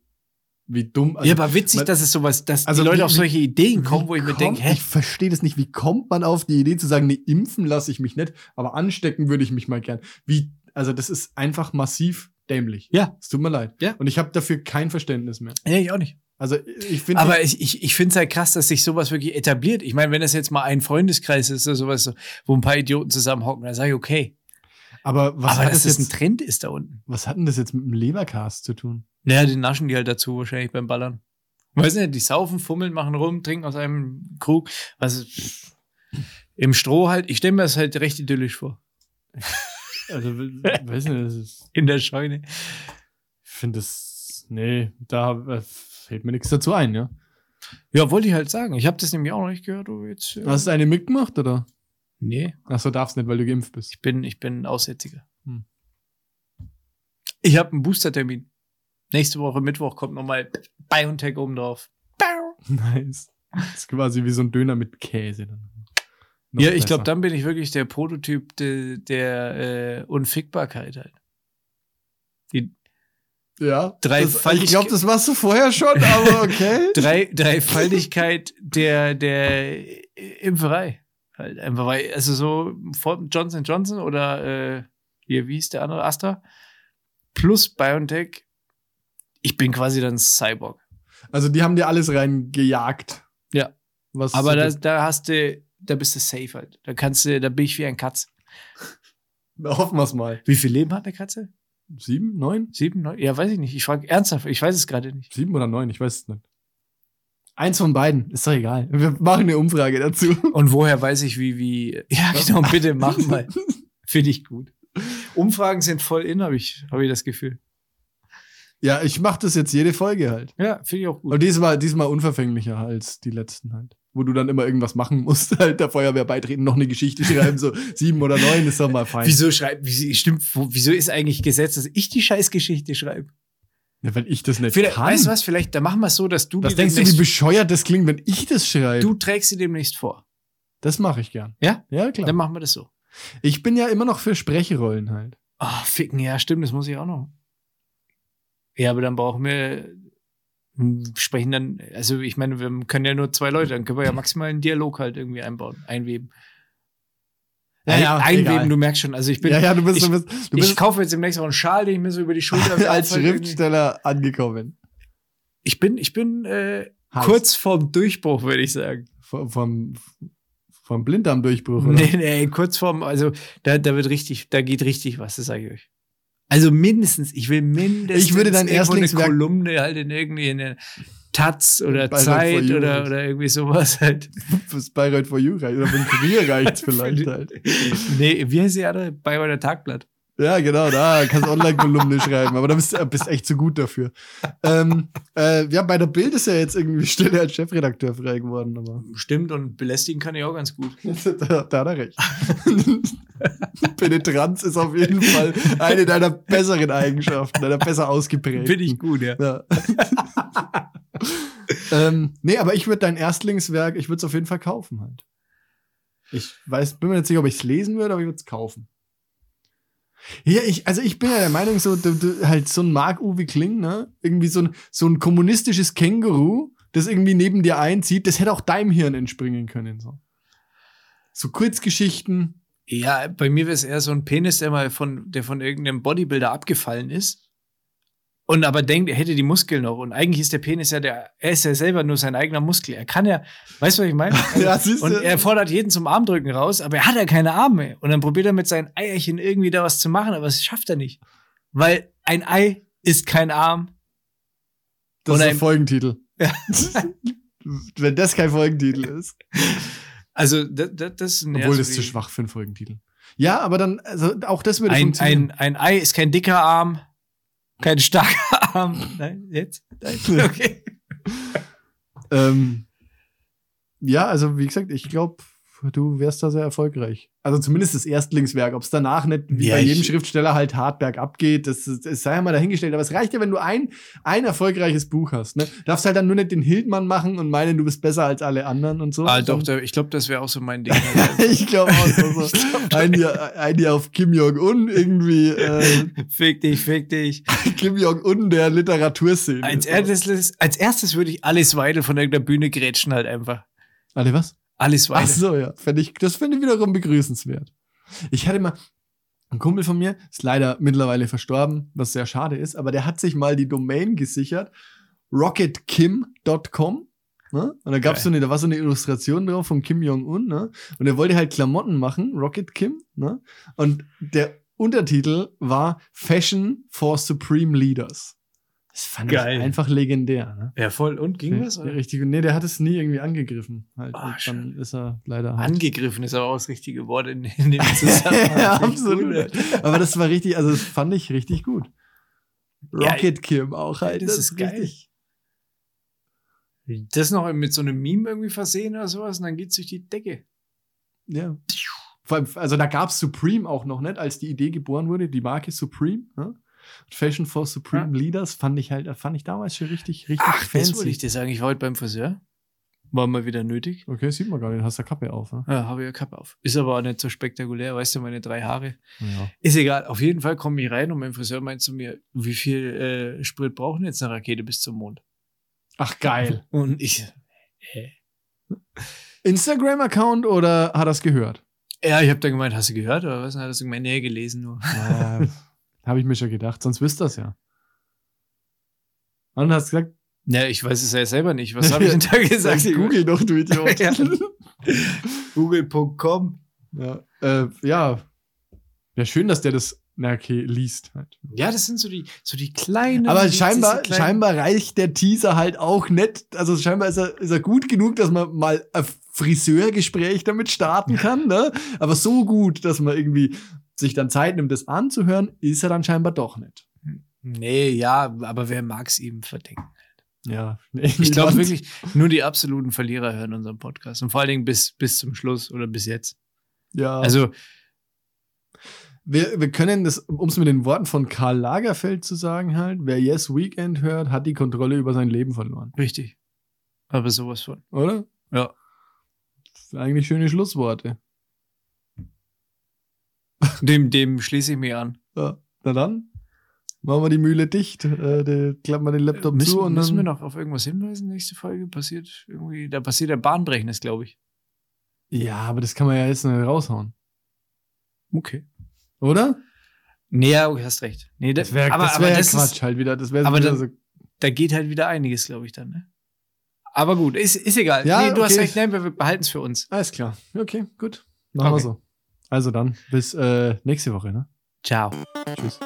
Speaker 2: wie dumm. Also,
Speaker 1: ja, aber witzig,
Speaker 2: man-
Speaker 1: dass es sowas, dass
Speaker 2: also
Speaker 1: die Leute
Speaker 2: wie-
Speaker 1: auf solche Ideen
Speaker 2: wie
Speaker 1: kommen, wo ich mir
Speaker 2: kommt-
Speaker 1: denke, hä?
Speaker 2: Ich verstehe das nicht. Wie kommt man auf die Idee zu sagen, nee, impfen lasse ich mich nicht, aber anstecken würde ich mich mal gern. Wie, also, das ist einfach massiv dämlich.
Speaker 1: Ja.
Speaker 2: Es tut mir leid.
Speaker 1: Ja.
Speaker 2: Und ich habe dafür kein Verständnis mehr.
Speaker 1: Ja, ich auch nicht.
Speaker 2: Also, ich finde.
Speaker 1: Aber ich, ich, ich finde es halt krass, dass sich sowas wirklich etabliert. Ich meine, wenn das jetzt mal ein Freundeskreis ist oder sowas, so, wo ein paar Idioten zusammenhocken, dann sage ich, okay.
Speaker 2: aber was
Speaker 1: Aber
Speaker 2: hat
Speaker 1: dass
Speaker 2: das
Speaker 1: das ein
Speaker 2: jetzt,
Speaker 1: Trend ist da unten.
Speaker 2: was hat denn das jetzt mit dem Lebercast zu tun?
Speaker 1: Naja, den naschen die halt dazu wahrscheinlich beim Ballern. Weiß nicht, die saufen, fummeln, machen rum, trinken aus einem Krug. Was pff, im Stroh halt. Ich stelle mir das halt recht idyllisch vor.
Speaker 2: Also, we- weiß nicht, das ist.
Speaker 1: In der Scheune.
Speaker 2: Ich finde das. Nee, da äh, fällt mir nichts dazu ein, ja.
Speaker 1: Ja, wollte ich halt sagen. Ich habe das nämlich auch noch nicht gehört. Aber jetzt, äh,
Speaker 2: Hast du eine mitgemacht, oder?
Speaker 1: Nee,
Speaker 2: Achso, darfst nicht, weil du geimpft bist.
Speaker 1: ich bin, ich bin ein Aussätziger.
Speaker 2: Hm.
Speaker 1: Ich habe einen Boostertermin. Nächste Woche Mittwoch kommt nochmal BioNTech oben drauf.
Speaker 2: (laughs) Nice. Das ist quasi wie so ein Döner mit Käse. Dann. Noch
Speaker 1: Ja, ich
Speaker 2: besser.
Speaker 1: glaube, dann bin ich wirklich der Prototyp de, der äh, Unfickbarkeit halt.
Speaker 2: Ja.
Speaker 1: Dreifaltig-
Speaker 2: Das, also ich glaube, das warst du vorher schon,
Speaker 1: (laughs)
Speaker 2: aber okay.
Speaker 1: Drei, Dreifaltigkeit der, der äh, Impferei. Halt einfach, weil, also so vor- Johnson Johnson oder äh, hier, wie hieß der andere? Astra plus BioNTech. Ich bin quasi dann Cyborg.
Speaker 2: Also, die haben dir alles reingejagt.
Speaker 1: Ja.
Speaker 2: Was
Speaker 1: Aber
Speaker 2: so
Speaker 1: da,
Speaker 2: gibt.
Speaker 1: da hast du, da bist du safe halt. Da kannst du, da bin ich wie ein Katz.
Speaker 2: Na, hoffen wir es mal.
Speaker 1: Wie viel Leben hat eine Katze?
Speaker 2: Sieben, neun?
Speaker 1: Sieben, neun? Ja, weiß ich nicht. Ich frage ernsthaft, ich weiß es gerade nicht.
Speaker 2: Sieben oder neun, ich weiß es nicht. Eins von beiden, ist doch egal. Wir machen eine Umfrage dazu.
Speaker 1: (laughs)
Speaker 2: (laughs)
Speaker 1: Und woher weiß ich, wie, wie. Ja, genau, bitte mach mal. (laughs) Finde ich gut. Umfragen sind voll in, habe ich, hab ich das Gefühl.
Speaker 2: Ja, ich mache das jetzt jede Folge halt.
Speaker 1: Ja, finde ich auch gut.
Speaker 2: Und diesmal, diesmal unverfänglicher als die letzten halt. Wo du dann immer irgendwas machen musst, (laughs) halt der Feuerwehr beitreten, noch eine Geschichte schreiben,
Speaker 1: (laughs)
Speaker 2: so sieben oder neun ist doch mal fein.
Speaker 1: Wieso schreibt, wieso, stimmt, wo, wieso ist eigentlich Gesetz, dass ich die Scheißgeschichte schreibe?
Speaker 2: Ja, wenn ich das nicht
Speaker 1: Vielleicht,
Speaker 2: kann.
Speaker 1: weißt du was, vielleicht, dann machen wir es so, dass du
Speaker 2: was
Speaker 1: die
Speaker 2: denkst du, wie
Speaker 1: demnächst-
Speaker 2: bescheuert das klingt, wenn ich das schreibe?
Speaker 1: du trägst sie demnächst vor.
Speaker 2: Das mache ich gern.
Speaker 1: Ja?
Speaker 2: Ja, klar.
Speaker 1: Dann machen wir das so.
Speaker 2: Ich bin ja immer noch für Sprechrollen halt.
Speaker 1: Ah, ficken, ja, stimmt, das muss ich auch noch. Ja, aber dann brauchen wir hm, sprechen dann, also ich meine, wir können ja nur zwei Leute, dann können wir ja maximal einen Dialog halt irgendwie einbauen, einweben.
Speaker 2: Ja, ja,
Speaker 1: Ein- einweben,
Speaker 2: egal.
Speaker 1: du merkst schon, also ich bin,
Speaker 2: ja, ja, du bist, du bist, du
Speaker 1: ich
Speaker 2: bist
Speaker 1: kaufe jetzt demnächst auch einen Schal, den ich mir so über die
Speaker 2: (laughs)
Speaker 1: Schulter
Speaker 2: als
Speaker 1: werfe, halt irgendwie.
Speaker 2: Schriftsteller angekommen.
Speaker 1: Ich bin, ich bin äh,
Speaker 2: Heiß.
Speaker 1: kurz vorm Durchbruch, würde ich sagen.
Speaker 2: Vom, vom, vom Blinddarmdurchbruch, oder?
Speaker 1: Nee, nee, kurz vorm, also da, da wird richtig, da geht richtig was, das sage ich euch. Also mindestens, ich will mindestens
Speaker 2: Ich würde dein
Speaker 1: irgendwo
Speaker 2: Erstlingswerk-
Speaker 1: eine Kolumne halt in irgendwie in der Taz oder
Speaker 2: Bei Red For
Speaker 1: Zeit oder,
Speaker 2: You oder-
Speaker 1: oder irgendwie sowas halt.
Speaker 2: (laughs) Fürs Bayreuth for You reicht. Oder für den
Speaker 1: (laughs)
Speaker 2: Kurier reicht vielleicht halt.
Speaker 1: Nee, wie heißt die andere? Bayreuther Tagblatt.
Speaker 2: Ja, genau, da kannst
Speaker 1: (laughs)
Speaker 2: du Online-Kolumne schreiben, aber da bist du bist echt zu gut dafür. Ähm, äh, ja, bei der Bild ist ja jetzt irgendwie (laughs) Stelle als Chefredakteur frei geworden, aber
Speaker 1: Stimmt, und belästigen kann ich auch ganz gut.
Speaker 2: (laughs) da, da hat er recht. (laughs) Penetranz ist auf jeden Fall eine deiner besseren Eigenschaften, deiner besser ausgeprägten.
Speaker 1: Bin ich gut, ja.
Speaker 2: (laughs) Ja. ähm, nee, aber ich würde dein Erstlingswerk, ich würde es auf jeden Fall kaufen halt. Ich weiß, bin mir jetzt nicht, ob ich es lesen würde, aber ich würde es kaufen. Ja, ich, also ich bin ja der Meinung, so du, du, halt so ein Mark-Uwe Kling, ne? Irgendwie so ein, so ein kommunistisches Känguru, das irgendwie neben dir einzieht, das hätte auch deinem Hirn entspringen können. So, so Kurzgeschichten.
Speaker 1: Ja, bei mir wäre es eher so ein Penis, der mal von, der von irgendeinem Bodybuilder abgefallen ist. Und aber denkt, er hätte die Muskeln noch. Und eigentlich ist der Penis ja der, er ist ja selber nur sein eigener Muskel. Er kann ja, weißt du, was ich
Speaker 2: (laughs)
Speaker 1: meine?
Speaker 2: Ja, siehst du.
Speaker 1: Und er fordert jeden zum Armdrücken raus, aber er hat ja keine Arme. Und dann probiert er mit seinen Eierchen irgendwie da was zu machen, aber es schafft er nicht. Weil ein Ei ist kein Arm.
Speaker 2: (laughs) Das
Speaker 1: Und
Speaker 2: ist der
Speaker 1: ein-
Speaker 2: Folgentitel. Wenn das kein Folgentitel (laughs) ist.
Speaker 1: Also, das, das, das sind eher
Speaker 2: Obwohl
Speaker 1: so
Speaker 2: das ist zu
Speaker 1: die-
Speaker 2: schwach für einen Folgentitel. Ja, aber dann, also auch das würde
Speaker 1: Ein,
Speaker 2: funktionieren.
Speaker 1: ein, ein Ei ist kein dicker Arm, kein starker Arm. Nein, jetzt? Nein,
Speaker 2: (laughs)
Speaker 1: okay.
Speaker 2: Ähm, ja, also wie gesagt, ich glaube, du wärst da sehr erfolgreich. Also zumindest das Erstlingswerk. Ob es danach nicht wie
Speaker 1: Ja,
Speaker 2: bei
Speaker 1: ich-
Speaker 2: jedem Schriftsteller halt hart bergab geht, das, das, das sei ja mal dahingestellt. Aber es reicht ja, wenn du ein, ein erfolgreiches Buch hast. Ne? Darfst halt dann nur nicht den Hildmann machen und meinen, du bist besser als alle anderen und so.
Speaker 1: Ah, doch, da, ich glaube, das wäre auch so mein (laughs) Ding.
Speaker 2: (laughs)
Speaker 1: Oh, also.
Speaker 2: Ich glaube auch, so, so. ein, Jahr, ein Jahr auf Kim Jong-un irgendwie, äh,
Speaker 1: fick dich, fick dich.
Speaker 2: Kim Jong-un der Literaturszene.
Speaker 1: Als
Speaker 2: So.
Speaker 1: erstes, als erstes würde ich Alice Weidel von irgendeiner Bühne grätschen halt einfach.
Speaker 2: Alle was?
Speaker 1: Alice Weidel.
Speaker 2: Ach so, ja. Fänd ich, das finde ich wiederum begrüßenswert. Ich hatte mal einen Kumpel von mir, ist leider mittlerweile verstorben, was sehr schade ist, aber der hat sich mal die Domain gesichert, rocketkim.com. Ne? Und da gab's so eine, da war so eine Illustration drauf von Kim Jong-un, ne? Und er wollte halt Klamotten machen, Rocket Kim, ne? Und der Untertitel war Fashion for Supreme Leaders. Das fand
Speaker 1: Geil.
Speaker 2: ich einfach legendär, ne?
Speaker 1: ja, voll. Und ging das?
Speaker 2: Ja,
Speaker 1: Oder?
Speaker 2: richtig. Nee, der hat es nie irgendwie angegriffen. Halt.
Speaker 1: Ah,
Speaker 2: Und dann ist er
Speaker 1: (laughs)
Speaker 2: leider. halt-
Speaker 1: Angegriffen ist aber auch das richtige Wort in, in dem (laughs) Zusammenhang.
Speaker 2: Ja,
Speaker 1: Finde ich
Speaker 2: absolut.
Speaker 1: gut.
Speaker 2: Aber das war richtig, also das fand ich richtig gut.
Speaker 1: Ja,
Speaker 2: Rocket Kim auch halt.
Speaker 1: das ist geil.
Speaker 2: richtig.
Speaker 1: Das noch mit so einem Meme irgendwie versehen oder sowas und dann geht's durch die Decke.
Speaker 2: Ja. Vor allem, also da gab es Supreme auch noch nicht, als die Idee geboren wurde, die Marke Supreme. Ne? Fashion for Supreme Leaders fand ich halt, fand ich damals schon richtig, richtig
Speaker 1: Ach,
Speaker 2: fancy.
Speaker 1: das wollte ich dir sagen. Ich war heute beim Friseur. War mal wieder nötig.
Speaker 2: Okay, sieht man gar nicht, hast da Kappe auf. Ne?
Speaker 1: Ja, habe ich ja Kappe auf. Ist aber auch nicht so spektakulär, weißt du, meine drei Haare.
Speaker 2: Ja.
Speaker 1: Ist egal, auf jeden Fall komme ich rein und mein Friseur meint zu mir, wie viel äh, Sprit brauchen jetzt eine Rakete bis zum Mond?
Speaker 2: Ach, geil.
Speaker 1: Und ich,
Speaker 2: Instagram-Account oder hat er es gehört?
Speaker 1: ja, ich habe dann gemeint, hast du gehört oder was? Und hat er so gemeint, nee, gelesen nur. (laughs) Äh,
Speaker 2: (laughs) Ja, Habe ich mir schon gedacht, sonst wisst ihr es ja. Und hast gesagt,
Speaker 1: Ja, ich weiß es ja selber nicht. Was habe ich denn da gesagt?
Speaker 2: (laughs) Sag Google doch, du
Speaker 1: (laughs)
Speaker 2: Idiot.
Speaker 1: Ja.
Speaker 2: ja.
Speaker 1: Google.com.
Speaker 2: Ja. Äh, ja. Ja, schön, dass der das na okay, liest. Halt.
Speaker 1: Ja, das sind so die, so die kleinen.
Speaker 2: Aber
Speaker 1: diese
Speaker 2: scheinbar,
Speaker 1: kleinen-
Speaker 2: scheinbar reicht der Teaser halt auch nicht. Also scheinbar ist er, ist er gut genug, dass man mal ein Friseurgespräch damit starten kann. Ne? Aber so gut, dass man irgendwie sich dann Zeit nimmt, das anzuhören, ist er dann scheinbar doch nicht.
Speaker 1: Nee, ja, aber wer mag's ihm
Speaker 2: (laughs)
Speaker 1: verdenken?
Speaker 2: Ja.
Speaker 1: Ich glaube wirklich, nur die absoluten Verlierer hören unseren Podcast. Und vor allen Dingen bis, bis zum Schluss oder bis jetzt.
Speaker 2: Ja.
Speaker 1: Also,
Speaker 2: Wir, wir können das, um es mit den Worten von Karl Lagerfeld zu sagen, halt, wer Yes Weekend hört, hat die Kontrolle über sein Leben verloren,
Speaker 1: richtig. Aber sowas von.
Speaker 2: oder?
Speaker 1: Ja.
Speaker 2: Eigentlich schöne Schlussworte.
Speaker 1: Dem, dem schließe ich mich an.
Speaker 2: Ja. Na dann, machen wir die Mühle dicht, äh, die, klappen wir den Laptop
Speaker 1: müssen,
Speaker 2: zu und
Speaker 1: müssen wir
Speaker 2: dann.
Speaker 1: noch auf irgendwas hinweisen? Nächste Folge passiert irgendwie, da passiert ja Bahnbrechendes, glaube ich.
Speaker 2: ja, aber das kann man ja jetzt nicht raushauen,
Speaker 1: Okay.
Speaker 2: oder?
Speaker 1: Nee, ja, du hast recht. Nee, das,
Speaker 2: wär-
Speaker 1: aber,
Speaker 2: das
Speaker 1: aber
Speaker 2: wär ja
Speaker 1: das
Speaker 2: Quatsch
Speaker 1: Ist,
Speaker 2: halt wieder. Das wäre
Speaker 1: aber
Speaker 2: wieder
Speaker 1: dann-
Speaker 2: so.
Speaker 1: da geht halt wieder einiges, glaube ich, dann, ne? Aber gut, ist, ist egal.
Speaker 2: Ja,
Speaker 1: nee, du hast
Speaker 2: okay.
Speaker 1: recht, nein, wir behalten es für uns.
Speaker 2: Alles klar. Okay, gut. Machen wir
Speaker 1: Okay.
Speaker 2: so. Also dann, bis äh, nächste Woche, ne?
Speaker 1: Ciao.
Speaker 2: Tschüss.